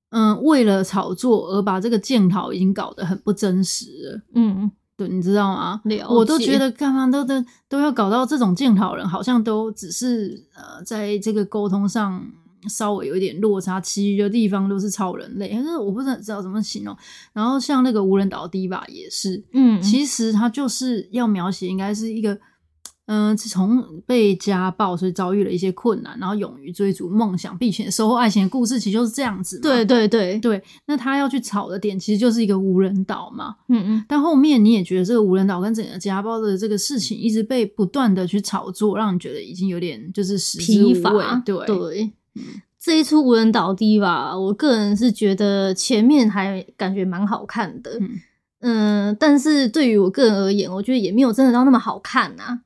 Speaker 1: 嗯、为了炒作而把这个健讨已经搞得很不真实了。
Speaker 2: 嗯，
Speaker 1: 对，你知道吗？
Speaker 2: 了解，
Speaker 1: 我都觉得干嘛都都都要搞到这种鉴讨人，好像都只是呃，在这个沟通上稍微有一点落差，其余的地方都是超人类。但是我不知道怎么形容。然后像那个无人岛堤坝也是，
Speaker 2: 嗯，
Speaker 1: 其实他就是要描写应该是一个。嗯，自从被家暴，所以遭遇了一些困难，然后勇于追逐梦想，并且收获爱情的故事，其实就是这样子嘛。
Speaker 2: 对对对，
Speaker 1: 对，那他要去炒的点，其实就是一个无人岛嘛。
Speaker 2: 嗯嗯，
Speaker 1: 但后面你也觉得这个无人岛跟整个家暴的这个事情一直被不断的去炒作，让你觉得已经有点就是食之
Speaker 2: 疲
Speaker 1: 无味
Speaker 2: 乏，。
Speaker 1: 对，嗯
Speaker 2: 对。这一出无人岛低吧，我个人是觉得前面还感觉蛮好看的，
Speaker 1: 嗯
Speaker 2: 嗯、但是对于我个人而言，我觉得也没有真的到那么好看啊，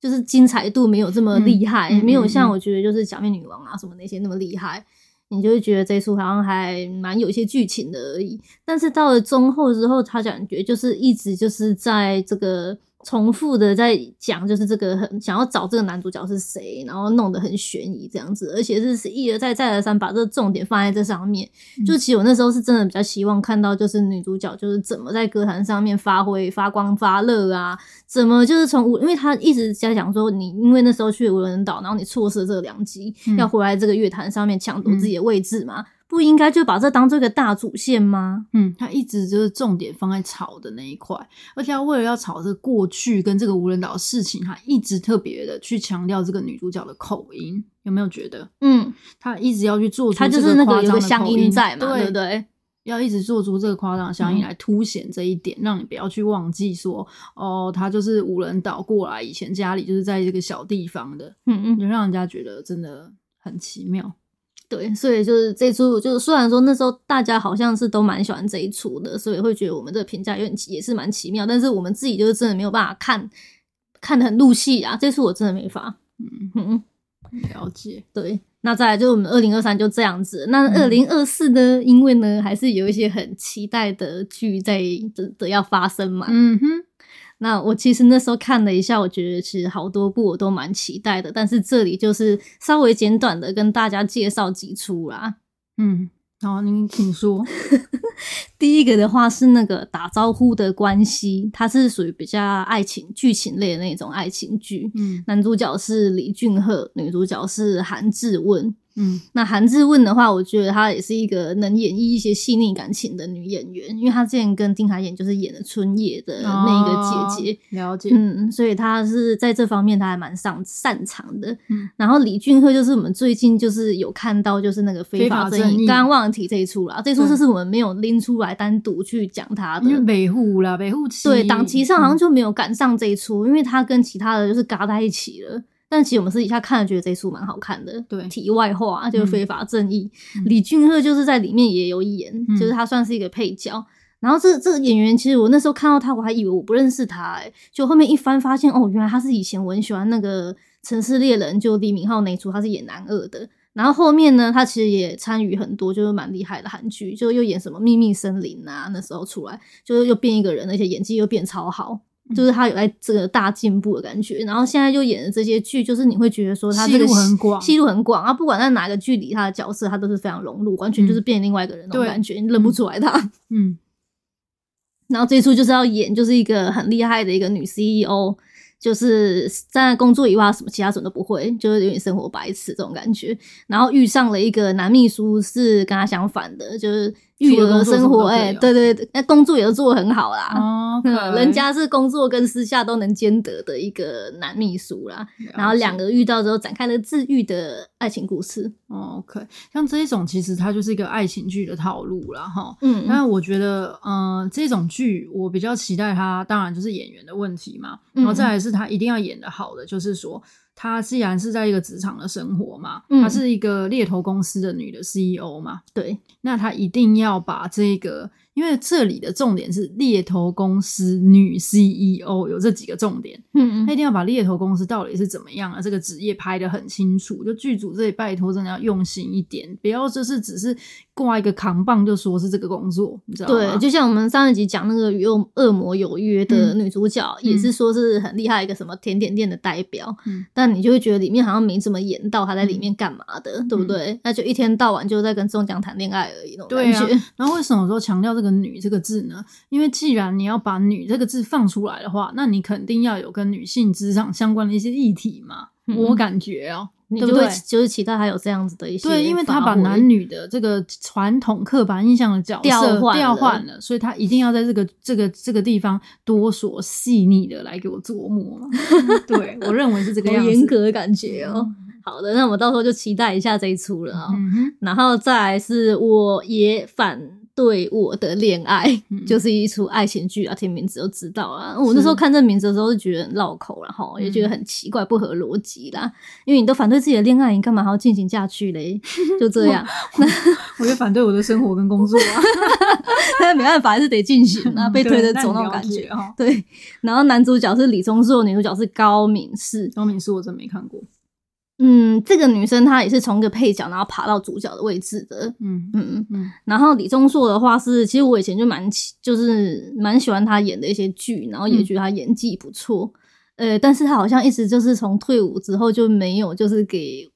Speaker 2: 就是精彩度没有这么厉害，
Speaker 1: 嗯嗯
Speaker 2: 没有
Speaker 1: 嗯
Speaker 2: 像
Speaker 1: 嗯
Speaker 2: 我觉得就是假面女王啊什么那些那么厉害，你就会觉得这一出好像还蛮有一些剧情的而已。但是到了中后之后，他感觉就是一直就是在这个重复的在讲，就是这个很想要找这个男主角是谁，然后弄得很悬疑这样子，而且是一而再再而三把这个重点放在这上面。
Speaker 1: 嗯
Speaker 2: 就其实我那时候是真的比较希望看到，就是女主角就是怎么在歌坛上面发挥发光发热啊，怎么就是从无，因为他一直在讲说你因为那时候去无人岛，然后你错失了这个良机，
Speaker 1: 嗯
Speaker 2: 要回来这个乐坛上面抢夺自己的位置嘛。不应该就把这当做一个大主线吗？
Speaker 1: 嗯，他一直就是重点放在炒的那一块，而且他为了要炒这过去跟这个无人岛的事情，他一直特别的去强调这个女主角的口音，有没有觉得
Speaker 2: 嗯，
Speaker 1: 他一直要去做出
Speaker 2: 他就
Speaker 1: 这
Speaker 2: 是那
Speaker 1: 夸
Speaker 2: 个有
Speaker 1: 张
Speaker 2: 个
Speaker 1: 的
Speaker 2: 乡
Speaker 1: 口
Speaker 2: 音在嘛，
Speaker 1: 对
Speaker 2: 对不嗯对？
Speaker 1: 要一直做出这个夸张的相应
Speaker 2: 嗯
Speaker 1: 来凸显这一点，让你不要去忘记说，哦，他就是无人岛过来，以前家里就是在这个小地方的，
Speaker 2: 嗯
Speaker 1: 就
Speaker 2: 嗯，
Speaker 1: 让人家觉得真的很奇妙。
Speaker 2: 对，所以就是这一出，就是虽然说那时候大家好像是都蛮喜欢这一出的，所以会觉得我们这个评价有点奇也是蛮奇妙，但是我们自己就是真的没有办法看看得很入戏啊，这出我真的没法。
Speaker 1: 嗯，
Speaker 2: 嗯嗯，
Speaker 1: 了解。
Speaker 2: 对。那再来就是我们二零二三就这样子，那二
Speaker 1: 嗯
Speaker 2: 零二四呢？因为呢还是有一些很期待的剧在的的要发生嘛，
Speaker 1: 嗯哼，
Speaker 2: 那我其实那时候看了一下，我觉得其实好多部我都蛮期待的，但是这里就是稍微简短的跟大家介绍几出啦。
Speaker 1: 嗯，好，您请说。
Speaker 2: 第一个的话是那个打招呼的关系，它是属于比较爱情剧情类的那种爱情剧。
Speaker 1: 嗯
Speaker 2: 男主角是李俊赫，女主角是韩志汶。
Speaker 1: 嗯
Speaker 2: 那韩志汶的话，我觉得她也是一个能演绎一些细腻感情的女演员，因为她之前跟丁海寅就是演了《春夜》 [laughs] 的那个姐姐。
Speaker 1: 哦了解。
Speaker 2: 嗯，所以他是在这方面他还蛮擅擅长的。
Speaker 1: 嗯
Speaker 2: 然后李俊赫就是我们最近就是有看到就是那个非
Speaker 1: 非
Speaker 2: 法
Speaker 1: 法
Speaker 2: 正
Speaker 1: 正
Speaker 2: 义，
Speaker 1: 义
Speaker 2: 刚刚忘了提这一出啦，这一出
Speaker 1: 对
Speaker 2: 就是我们没有拎出来单独去讲他的
Speaker 1: 因。为北户啦，北户期
Speaker 2: 对，档期
Speaker 1: 嗯
Speaker 2: 上好像就没有赶上这一出，因为他跟其他的就是嘎在一起了。但其实我们私底下看了，觉得这一出蛮好看的。
Speaker 1: 对
Speaker 2: 题外话啊就是
Speaker 1: 嗯
Speaker 2: 非法正义，
Speaker 1: 嗯
Speaker 2: 李俊赫就是在里面也有演，
Speaker 1: 嗯
Speaker 2: 就是他算是一个配角。然后这这个演员，其实我那时候看到他，我还以为我不认识他、欸，就后面一翻发现，哦，原来他是以前我很喜欢那个《城市猎人》，就李敏镐那一出，他是演男二的。然后后面呢，他其实也参与很多就是蛮厉害的韩剧，就又演什么《秘密森林》啊，那时候出来就是又变一个人，而且演技又变超好，
Speaker 1: 嗯
Speaker 2: 就是他有在这个大进步的感觉。然后现在又演的这些剧，就是你会觉得说他这个
Speaker 1: 戏路很广
Speaker 2: 戏路很广啊，不管在哪个剧里，他的角色他都是非常融入，完全就是变另外一个人那种
Speaker 1: 嗯对
Speaker 2: 感觉，你认不出
Speaker 1: [laughs]
Speaker 2: 来他。
Speaker 1: 嗯，
Speaker 2: 然后最初就是要演就是一个很厉害的一个女 CEO，就是在工作以外什么其他什么都不会，就是有点生活白痴这种感觉。然后遇上了一个男秘书是跟他相反的，就是育
Speaker 1: 除了
Speaker 2: 儿
Speaker 1: 工作
Speaker 2: 生
Speaker 1: 什么
Speaker 2: 活，
Speaker 1: 都可以
Speaker 2: 哎、
Speaker 1: 哦
Speaker 2: 对对对，那工作也都做得很好啦。
Speaker 1: 哦，
Speaker 2: 嗯， [laughs] 人家是工作跟私下都能兼得的一个男秘书啦，然后两
Speaker 1: 个。
Speaker 2: 个遇到之后展开了治愈的爱情故事。
Speaker 1: 哦 OK，像这一种其实它就是一个爱情剧的套路啦，哈。
Speaker 2: 嗯，
Speaker 1: 但我觉得，嗯、这种剧我比较期待它，当然就是演员的问题嘛，然后
Speaker 2: 嗯
Speaker 1: 再来是他一定要演的好的，就是说他既然是在一个职场的生活嘛，
Speaker 2: 嗯
Speaker 1: 她是一个猎头公司的女的 CEO E 嘛，
Speaker 2: 对，
Speaker 1: 那她一定要把这个因为这里的重点是猎头公司女 CEO 有这几个重点，
Speaker 2: 嗯
Speaker 1: 他一定
Speaker 2: 嗯，
Speaker 1: 要把猎头公司到底是怎么样啊，这个职业拍得很清楚。就剧组这里拜托真的要用心一点，不要就是只是挂一个扛棒就说是这个工作，你知道吗？
Speaker 2: 对，就像我们上一集讲那个《与恶恶魔有约》的
Speaker 1: 嗯
Speaker 2: 女主角，也是说是很厉害一个什么甜点店的代表，
Speaker 1: 嗯
Speaker 2: 但你就会觉得里面好像没怎么演到她在里面干嘛的，对不
Speaker 1: 嗯
Speaker 2: 对？那就一天到晚就在跟中奖谈恋爱而已，那种
Speaker 1: 对
Speaker 2: 感
Speaker 1: 啊
Speaker 2: 觉。
Speaker 1: 然后为什么说强调这个“女”这个字呢？因为既然你要把“女”这个字放出来的话，那你肯定要有跟女性职场相关的一些议题嘛。
Speaker 2: 嗯
Speaker 1: [laughs] 我感觉哦、
Speaker 2: 你
Speaker 1: 对
Speaker 2: 就
Speaker 1: 不
Speaker 2: 会
Speaker 1: 对
Speaker 2: 就是期待她有这样子的一些
Speaker 1: 对，因为他把
Speaker 2: 发挥
Speaker 1: 男女的这个传统刻板印象的角色
Speaker 2: 调换了
Speaker 1: 调换了，所以他一定要在这个这个这个地方多所细腻的来给我琢磨
Speaker 2: [laughs]
Speaker 1: 嘛。对，我认为是这个
Speaker 2: 好
Speaker 1: 样子。
Speaker 2: 严格的感觉哦。好的，那我们到时候就期待一下这一出了啊、
Speaker 1: 嗯哼，
Speaker 2: 然后再来是我也反对我的恋爱，
Speaker 1: 嗯
Speaker 2: [laughs] 就是一出爱情剧啊，听名字就知道啊。我那时候看这名字的时候就觉得很绕口啦，然后也觉
Speaker 1: 嗯
Speaker 2: 得很奇怪，不合逻辑啦。因为你都反对自己的恋爱，你干嘛还要进行下去嘞？就
Speaker 1: [laughs]
Speaker 2: 这样，
Speaker 1: 我就反对我的生活跟工作
Speaker 2: [laughs]
Speaker 1: 啊，
Speaker 2: 但没办法，还是得进行
Speaker 1: [laughs]
Speaker 2: 啊，被推着走那种感觉。
Speaker 1: 哈。
Speaker 2: 对，然后男主角是李钟硕，女主角是高敏世。
Speaker 1: 高明是我真没看过，
Speaker 2: 嗯，这个女生她也是从一个配角，然后爬到主角的位置的。
Speaker 1: 嗯
Speaker 2: 嗯，
Speaker 1: 嗯
Speaker 2: 然后李钟硕的话是，其实我以前就蛮喜就是蛮喜欢他演的一些剧，然后也觉得他演技不错。呃，但是他好像一直就是从退伍之后就没有就是给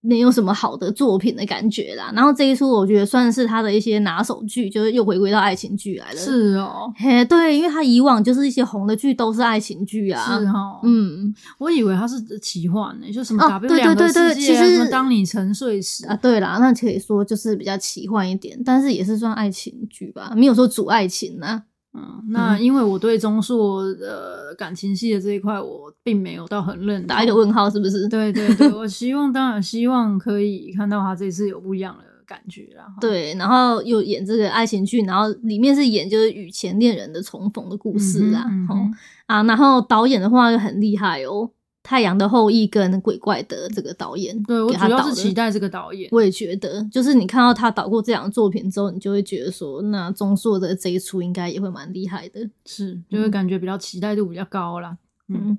Speaker 2: 没有什么好的作品的感觉啦。然后这一出我觉得算是他的一些拿手剧，就是又回归到爱情剧来了。，
Speaker 1: 是哦，
Speaker 2: 嘿，对，因为他以往就是一些红的剧都是爱情剧啊。
Speaker 1: 是哦，
Speaker 2: 嗯
Speaker 1: 我以为它是奇幻呢、就什么
Speaker 2: 哦
Speaker 1: W
Speaker 2: 对
Speaker 1: 两
Speaker 2: 对
Speaker 1: 个
Speaker 2: 对对
Speaker 1: 世界啊，
Speaker 2: 其实
Speaker 1: 什么当你沉睡时
Speaker 2: 啊，对啦，那可以说就是比较奇幻一点，但是也是算爱情剧吧，没有说主爱情啊。
Speaker 1: 嗯，那因为我对中硕呃感情系的这一块，我并没有到很认同
Speaker 2: 打一个。问号是不是？
Speaker 1: 对对对，我希望当然希望可以看到他这次有不一样的感觉啦。哈，
Speaker 2: 对，然后又演这个爱情剧，然后里面是演就是与前恋人的重逢的故事啦，
Speaker 1: 嗯
Speaker 2: 吼
Speaker 1: 哼
Speaker 2: 啊，然后导演的话就很厉害哦，《太阳的后裔》跟《鬼怪》的这个导演，
Speaker 1: 对我
Speaker 2: 给他
Speaker 1: 主要
Speaker 2: 导
Speaker 1: 是
Speaker 2: 的
Speaker 1: 期待这个导演。
Speaker 2: 我也觉得，就是你看到他导过这两个作品之后，你就会觉得说，那钟硕的这一出应该也会蛮厉害的。
Speaker 1: 是，就会
Speaker 2: 嗯
Speaker 1: 感觉比较期待度比较高啦。嗯
Speaker 2: 嗯，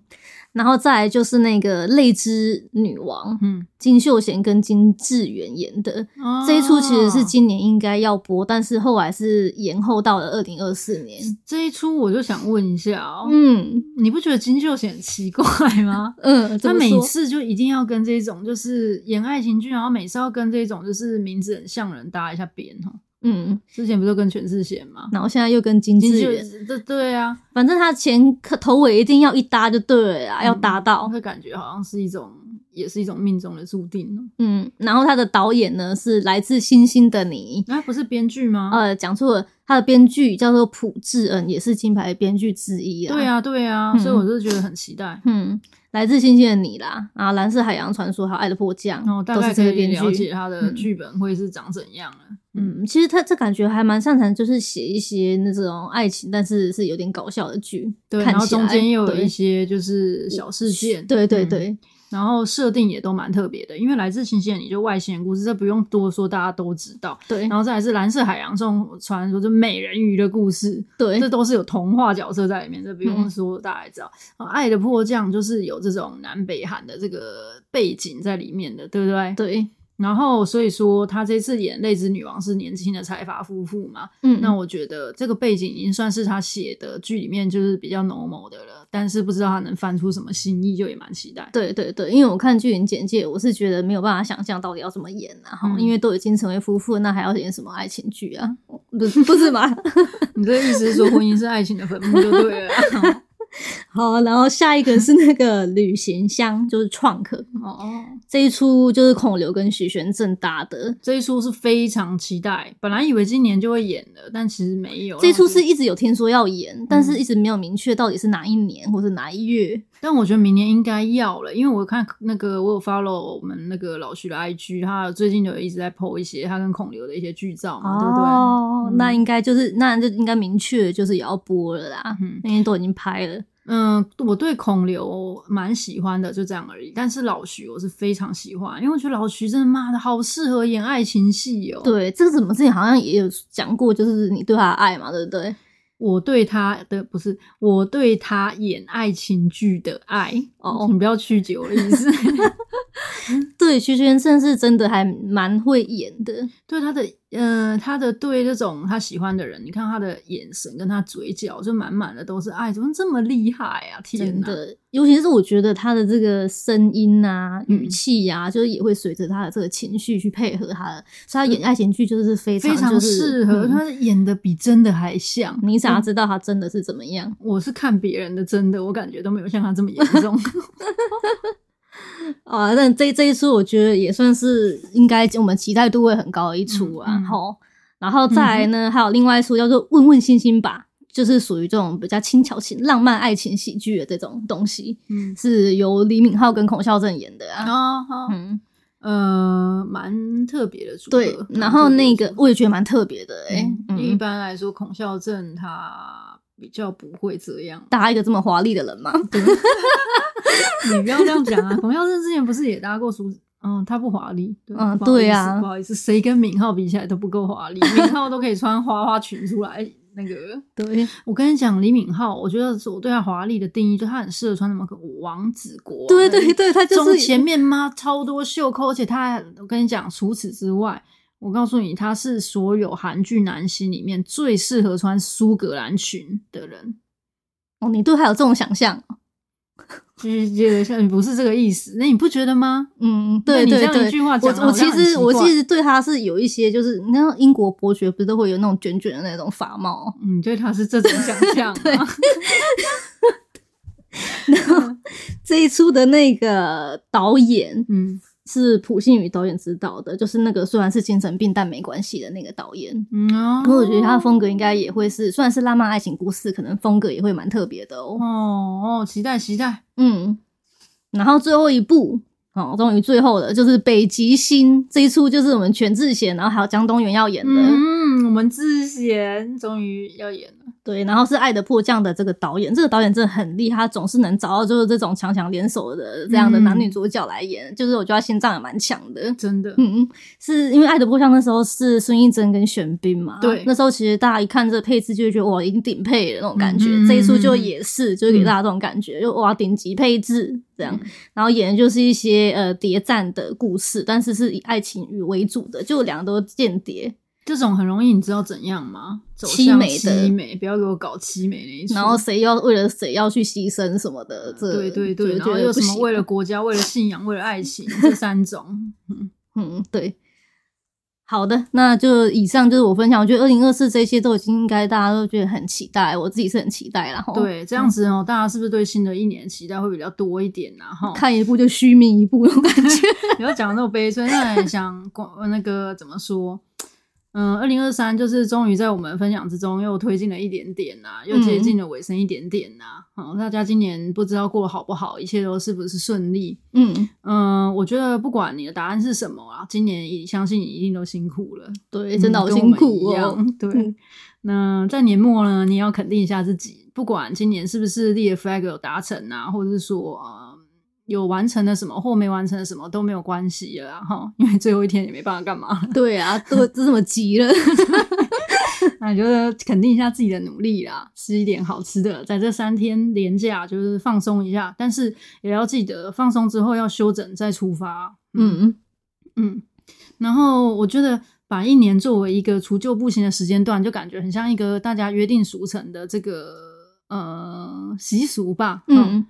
Speaker 2: 然后再来就是那个《泪之女王》，
Speaker 1: 嗯，
Speaker 2: 金秀贤跟金智媛演的，这一出其实是
Speaker 1: 哦
Speaker 2: 今年应该要播，但是后来是延后到了二零二四年。
Speaker 1: 这一出，我就想问一下哦，
Speaker 2: 嗯
Speaker 1: 你不觉得金秀贤很奇怪吗？
Speaker 2: 嗯，
Speaker 1: 他
Speaker 2: [laughs] 怎么
Speaker 1: 每
Speaker 2: 说
Speaker 1: 次就一定要跟这种就是演爱情剧，然后每次要跟这种就是名字很像的人搭一下边哦。
Speaker 2: 嗯，
Speaker 1: 之前不是跟全智贤吗？
Speaker 2: 然后现在又跟金
Speaker 1: 金
Speaker 2: 智
Speaker 1: 秀
Speaker 2: 媛，
Speaker 1: 对对啊，
Speaker 2: 反正他前可头尾一定要一搭就对了
Speaker 1: 嗯
Speaker 2: 啦，啊要搭到。
Speaker 1: 会感觉好像是一种，也是一种命中的注定哦。
Speaker 2: 嗯，然后他的导演呢是来自星星的你，
Speaker 1: 那、不是编剧吗？
Speaker 2: 呃，讲错了，他的编剧叫做朴智恩，也是金牌的编剧之一啊。
Speaker 1: 对，啊，对啊，
Speaker 2: 嗯
Speaker 1: 所以我就觉得很期待。
Speaker 2: 嗯，来自星星的你啦，啊，蓝色海洋传说还有爱的迫降，
Speaker 1: 然后哦大
Speaker 2: 都
Speaker 1: 概
Speaker 2: 是
Speaker 1: 可
Speaker 2: 这些
Speaker 1: 以
Speaker 2: 编
Speaker 1: 了
Speaker 2: 剧
Speaker 1: 解。啊他的
Speaker 2: 嗯
Speaker 1: 剧本会是长怎样了。
Speaker 2: 嗯，其实他这感觉还蛮擅长，就是写一些那种爱情，但是是有点搞笑的剧。
Speaker 1: 对，
Speaker 2: 看
Speaker 1: 然后
Speaker 2: 起来
Speaker 1: 中间又有
Speaker 2: 对
Speaker 1: 一些就是小事件，
Speaker 2: 对对
Speaker 1: 嗯
Speaker 2: 对，
Speaker 1: 然后设定也都蛮特别的，因为来自新鲜，你就外星人故事，这不用多说，大家都知道。
Speaker 2: 对
Speaker 1: 然后再来是蓝色海洋这种传说，就美人鱼的故事，这
Speaker 2: 对，
Speaker 1: 都是有童话角色在里面，这不用
Speaker 2: 哎嗯
Speaker 1: 说，大家也知道。啊爱的迫降就是有这种南北韩的这个背景在里面的，对不对？
Speaker 2: 对，
Speaker 1: 然后所以说，他这次演《泪之女王》是年轻的财阀夫妇嘛，
Speaker 2: 嗯，
Speaker 1: 那我觉得这个背景已经算是他写的剧里面就是比较 normal 的了，但是不知道他能翻出什么新意，就也蛮期待。
Speaker 2: 对对对，因为我看剧情简介，我是觉得没有办法想象到底要怎么演啊，哈、
Speaker 1: 嗯
Speaker 2: 因为都已经成为夫妇，那还要演什么爱情剧啊？不是不是嘛？
Speaker 1: [laughs] 你这意思是说婚姻是爱情的坟墓就对
Speaker 2: [laughs]
Speaker 1: 了？
Speaker 2: [laughs] 好，然后下一个是那个旅行箱，就是 Trunk
Speaker 1: 哦，
Speaker 2: 这一出，就是孔刘跟许玄正搭的。
Speaker 1: 这一出是非常期待，本来以为今年就会演的，但其实没有。
Speaker 2: 这一出
Speaker 1: 然后
Speaker 2: 是
Speaker 1: 就，
Speaker 2: 一直有听说要演，但
Speaker 1: 嗯
Speaker 2: 是一直没有明确到底是哪一年或是哪一月。
Speaker 1: 但我觉得明年应该要了，因为我看那个我有 follow 我们那个老徐的 IG，他最近有一直在 po 一些他跟孔刘的一些剧照嘛，对不对？
Speaker 2: 哦，
Speaker 1: 嗯
Speaker 2: 那应该就是那就应该明确就是也要播了啦，
Speaker 1: 嗯
Speaker 2: 那因为都已经拍了。
Speaker 1: 嗯，我对孔刘蛮喜欢的，就这样而已。但是老徐我是非常喜欢，因为我觉得老徐真的妈的好适合演爱情戏哦。，
Speaker 2: 对，这个怎么自己好像也有讲过，就是你对他的爱嘛，对不对？
Speaker 1: 我对他的不是我对他演爱情剧的爱
Speaker 2: 哦
Speaker 1: 你不要曲解我的意思。
Speaker 2: 对，徐玄正是真的还蛮会演的，
Speaker 1: 对他的，嗯、他的对这种他喜欢的人，你看他的眼神跟他嘴角就满满的都是哎爱，怎么这么厉害啊？天
Speaker 2: 真
Speaker 1: 哪！
Speaker 2: 的。尤其是我觉得他的这个声音啊、
Speaker 1: 嗯
Speaker 2: 语气啊，就是也会随着他的这个情绪去配合他的，所以他演爱情剧就是非常
Speaker 1: 非常
Speaker 2: 就是
Speaker 1: 适合，
Speaker 2: 嗯
Speaker 1: 他嗯演的比真的还像。
Speaker 2: 你想要知道他真的是怎么样？
Speaker 1: 我是看别人的，真的，我感觉都没有像他这么严
Speaker 2: [laughs]
Speaker 1: 重。
Speaker 2: 啊，但这这一出我觉得也算是应该我们期待度会很高的一出啊
Speaker 1: 嗯嗯，
Speaker 2: 吼、然后再来呢，还有另外一出叫做《问问星星吧》，就是属于这种比较轻巧型、浪漫爱情喜剧的这种东西，
Speaker 1: 嗯，
Speaker 2: 是由李敏镐跟孔孝正演的啊。
Speaker 1: 哦，好，
Speaker 2: 嗯，
Speaker 1: 呃，蛮特别的组合。
Speaker 2: 对，
Speaker 1: 蛮
Speaker 2: 然后
Speaker 1: 特别
Speaker 2: 那
Speaker 1: 的
Speaker 2: 个
Speaker 1: 组合
Speaker 2: 我也觉得蛮特别的哎、
Speaker 1: 嗯因为一
Speaker 2: 嗯，。
Speaker 1: 般来说，孔孝正他比较不会这样
Speaker 2: 搭一个这么华丽的人嘛，
Speaker 1: [laughs] 你不要这样讲啊！孔孝正之前不是也搭过叔？嗯，他不华丽。对
Speaker 2: 嗯
Speaker 1: 不好意
Speaker 2: 对
Speaker 1: 思
Speaker 2: 啊
Speaker 1: 不好意思，谁跟敏浩比起来都不够华丽，敏浩都可以穿花花裙出来。那个，
Speaker 2: 对，
Speaker 1: 我跟你讲，李敏镐，我觉得是我对他华丽的定义，就他很适合穿什么王子国、
Speaker 2: [laughs]
Speaker 1: 啊
Speaker 2: 对对，对，他就
Speaker 1: 中
Speaker 2: 是
Speaker 1: 前面妈超多袖扣，而且他还，我跟你讲，除此之外，我告诉你，他是所有韩剧男星里面最适合穿苏格兰裙的人。 [laughs]
Speaker 2: 哦，你对他有这种想象？
Speaker 1: 就是觉得像不是这个意思，那你不觉得吗？
Speaker 2: 嗯，
Speaker 1: 那
Speaker 2: 对
Speaker 1: 你
Speaker 2: 对
Speaker 1: 这样
Speaker 2: 对，
Speaker 1: 一句话讲得
Speaker 2: 我我
Speaker 1: 好像
Speaker 2: 其
Speaker 1: 很奇
Speaker 2: 实我
Speaker 1: 怪
Speaker 2: 其实对他是有一些，就是你看英国伯爵不是都会有那种卷卷的那种发帽，
Speaker 1: 嗯，对，他是这种想
Speaker 2: [laughs]
Speaker 1: 象啊吗？
Speaker 2: 这一出的那个导演
Speaker 1: 嗯
Speaker 2: 是朴信宇导演指导的，就是那个虽然是精神病但没关系的那个导演。
Speaker 1: 嗯哦
Speaker 2: 可我觉得他的风格应该也会是，虽然是浪漫爱情故事，可能风格也会蛮特别的哦。
Speaker 1: 哦哦，期待期待，
Speaker 2: 嗯，然后最后一部哦，终于最后的就是《北极星》这一出，就是我们全智贤，然后还有江东元要演的。
Speaker 1: 嗯，我们之贤终于要演了，
Speaker 2: 对，然后是《爱的迫降》的这个导演，这个导演真的很厉害，他总是能找到就是这种强强联手的这样的男女
Speaker 1: 嗯
Speaker 2: 主角来演，就是我觉得他心脏也蛮强的。
Speaker 1: 真的，
Speaker 2: 嗯，是因为《爱的迫降》那时候是孙艺珍跟玄彬嘛，
Speaker 1: 对
Speaker 2: 那时候其实大家一看这个配置就会觉得哇，已经顶配了那种感觉。
Speaker 1: 嗯嗯嗯嗯
Speaker 2: 这一出就也是，就是给大家这种感觉，就哇，顶级配置这样。然后演的就是一些呃谍战的故事，但是是以爱情与为主的，就两个都间谍，
Speaker 1: 这种很容易，你知道怎样吗？走
Speaker 2: 凄
Speaker 1: 向
Speaker 2: 美的
Speaker 1: 凄美，不要给我搞凄美那一出。
Speaker 2: 然后谁要为了谁要去牺牲什么的，这
Speaker 1: 对对对，
Speaker 2: 就
Speaker 1: 然
Speaker 2: 觉
Speaker 1: 后
Speaker 2: 得
Speaker 1: 又
Speaker 2: 不
Speaker 1: 什么
Speaker 2: 行
Speaker 1: 为了国家、为了信仰、为 [laughs] 了爱情这三种，
Speaker 2: 嗯对。好的，那就以上就是我分享。我觉得二零二四这些都已经应该大家都觉得很期待，我自己是很期待啦。吼，
Speaker 1: 对，这样子哦，大家是不是对新的一年期待会比较多一点呢？哈，
Speaker 2: 看一部就虚名一部那种感
Speaker 1: [laughs]
Speaker 2: 觉。
Speaker 1: 不要讲得那么悲催，那也想光那个怎么说？嗯，二零二三就是终于在我们分享之中又推进了一点点呐、又接近了尾声一点点呐、好、大家今年不知道过得好不好，一切都是不是顺利？
Speaker 2: 嗯，
Speaker 1: 嗯，我觉得不管你的答案是什么啊，今年一相信你一定都辛苦了。
Speaker 2: 对，真的好
Speaker 1: 嗯跟
Speaker 2: 辛
Speaker 1: 我
Speaker 2: 苦
Speaker 1: 们一
Speaker 2: 哦。 [laughs]
Speaker 1: 样对，
Speaker 2: 嗯
Speaker 1: 那在年末呢，你也要肯定一下自己，不管今年是不是立的 flag 有达成啊，或者是说、呃、有完成了什么或没完成了什么都没有关系了啊哈，因为最后一天也没办法干嘛， [laughs]
Speaker 2: 对啊，都这么急了。 [laughs]
Speaker 1: 那你就是肯定一下自己的努力啦，吃一点好吃的，在这三天连假就是放松一下，但是也要记得放松之后要休整再出发。啊 [laughs]
Speaker 2: 嗯，
Speaker 1: 嗯，然后我觉得把一年作为一个除旧布新的时间段，就感觉很像一个大家约定俗成的这个呃习俗吧。
Speaker 2: 嗯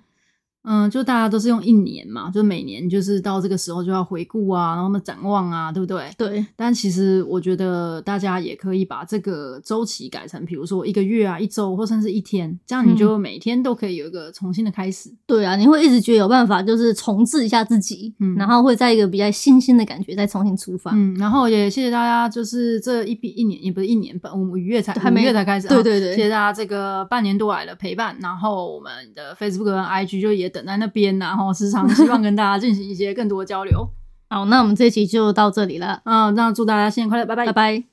Speaker 1: 嗯、就大家都是用一年嘛，就每年就是到这个时候就要回顾啊，然后呢展望啊，对不对？
Speaker 2: 对，
Speaker 1: 但其实我觉得大家也可以把这个周期改成，比如说一个月啊、一周或甚至一天，这样你就每天都可以有一个重新的开始。
Speaker 2: 对啊，你会一直觉得有办法，就是重置一下自己，
Speaker 1: 嗯
Speaker 2: 然后会在一个比较新鲜的感觉再重新出发。
Speaker 1: 嗯，然后也谢谢大家，就是这一批一年也不是一年半，我们五月才
Speaker 2: 还
Speaker 1: 五
Speaker 2: 没
Speaker 1: 月才开始啊，
Speaker 2: 对对对
Speaker 1: 谢谢大家这个半年多来的陪伴，然后我们的 Facebook 跟 IG 就也等在那边呐，然后时常希望跟大家进行一些更多交流。 [laughs]
Speaker 2: 好，那我们这期就到这里了，
Speaker 1: 嗯，那祝大家新年快乐，拜拜
Speaker 2: 拜。拜。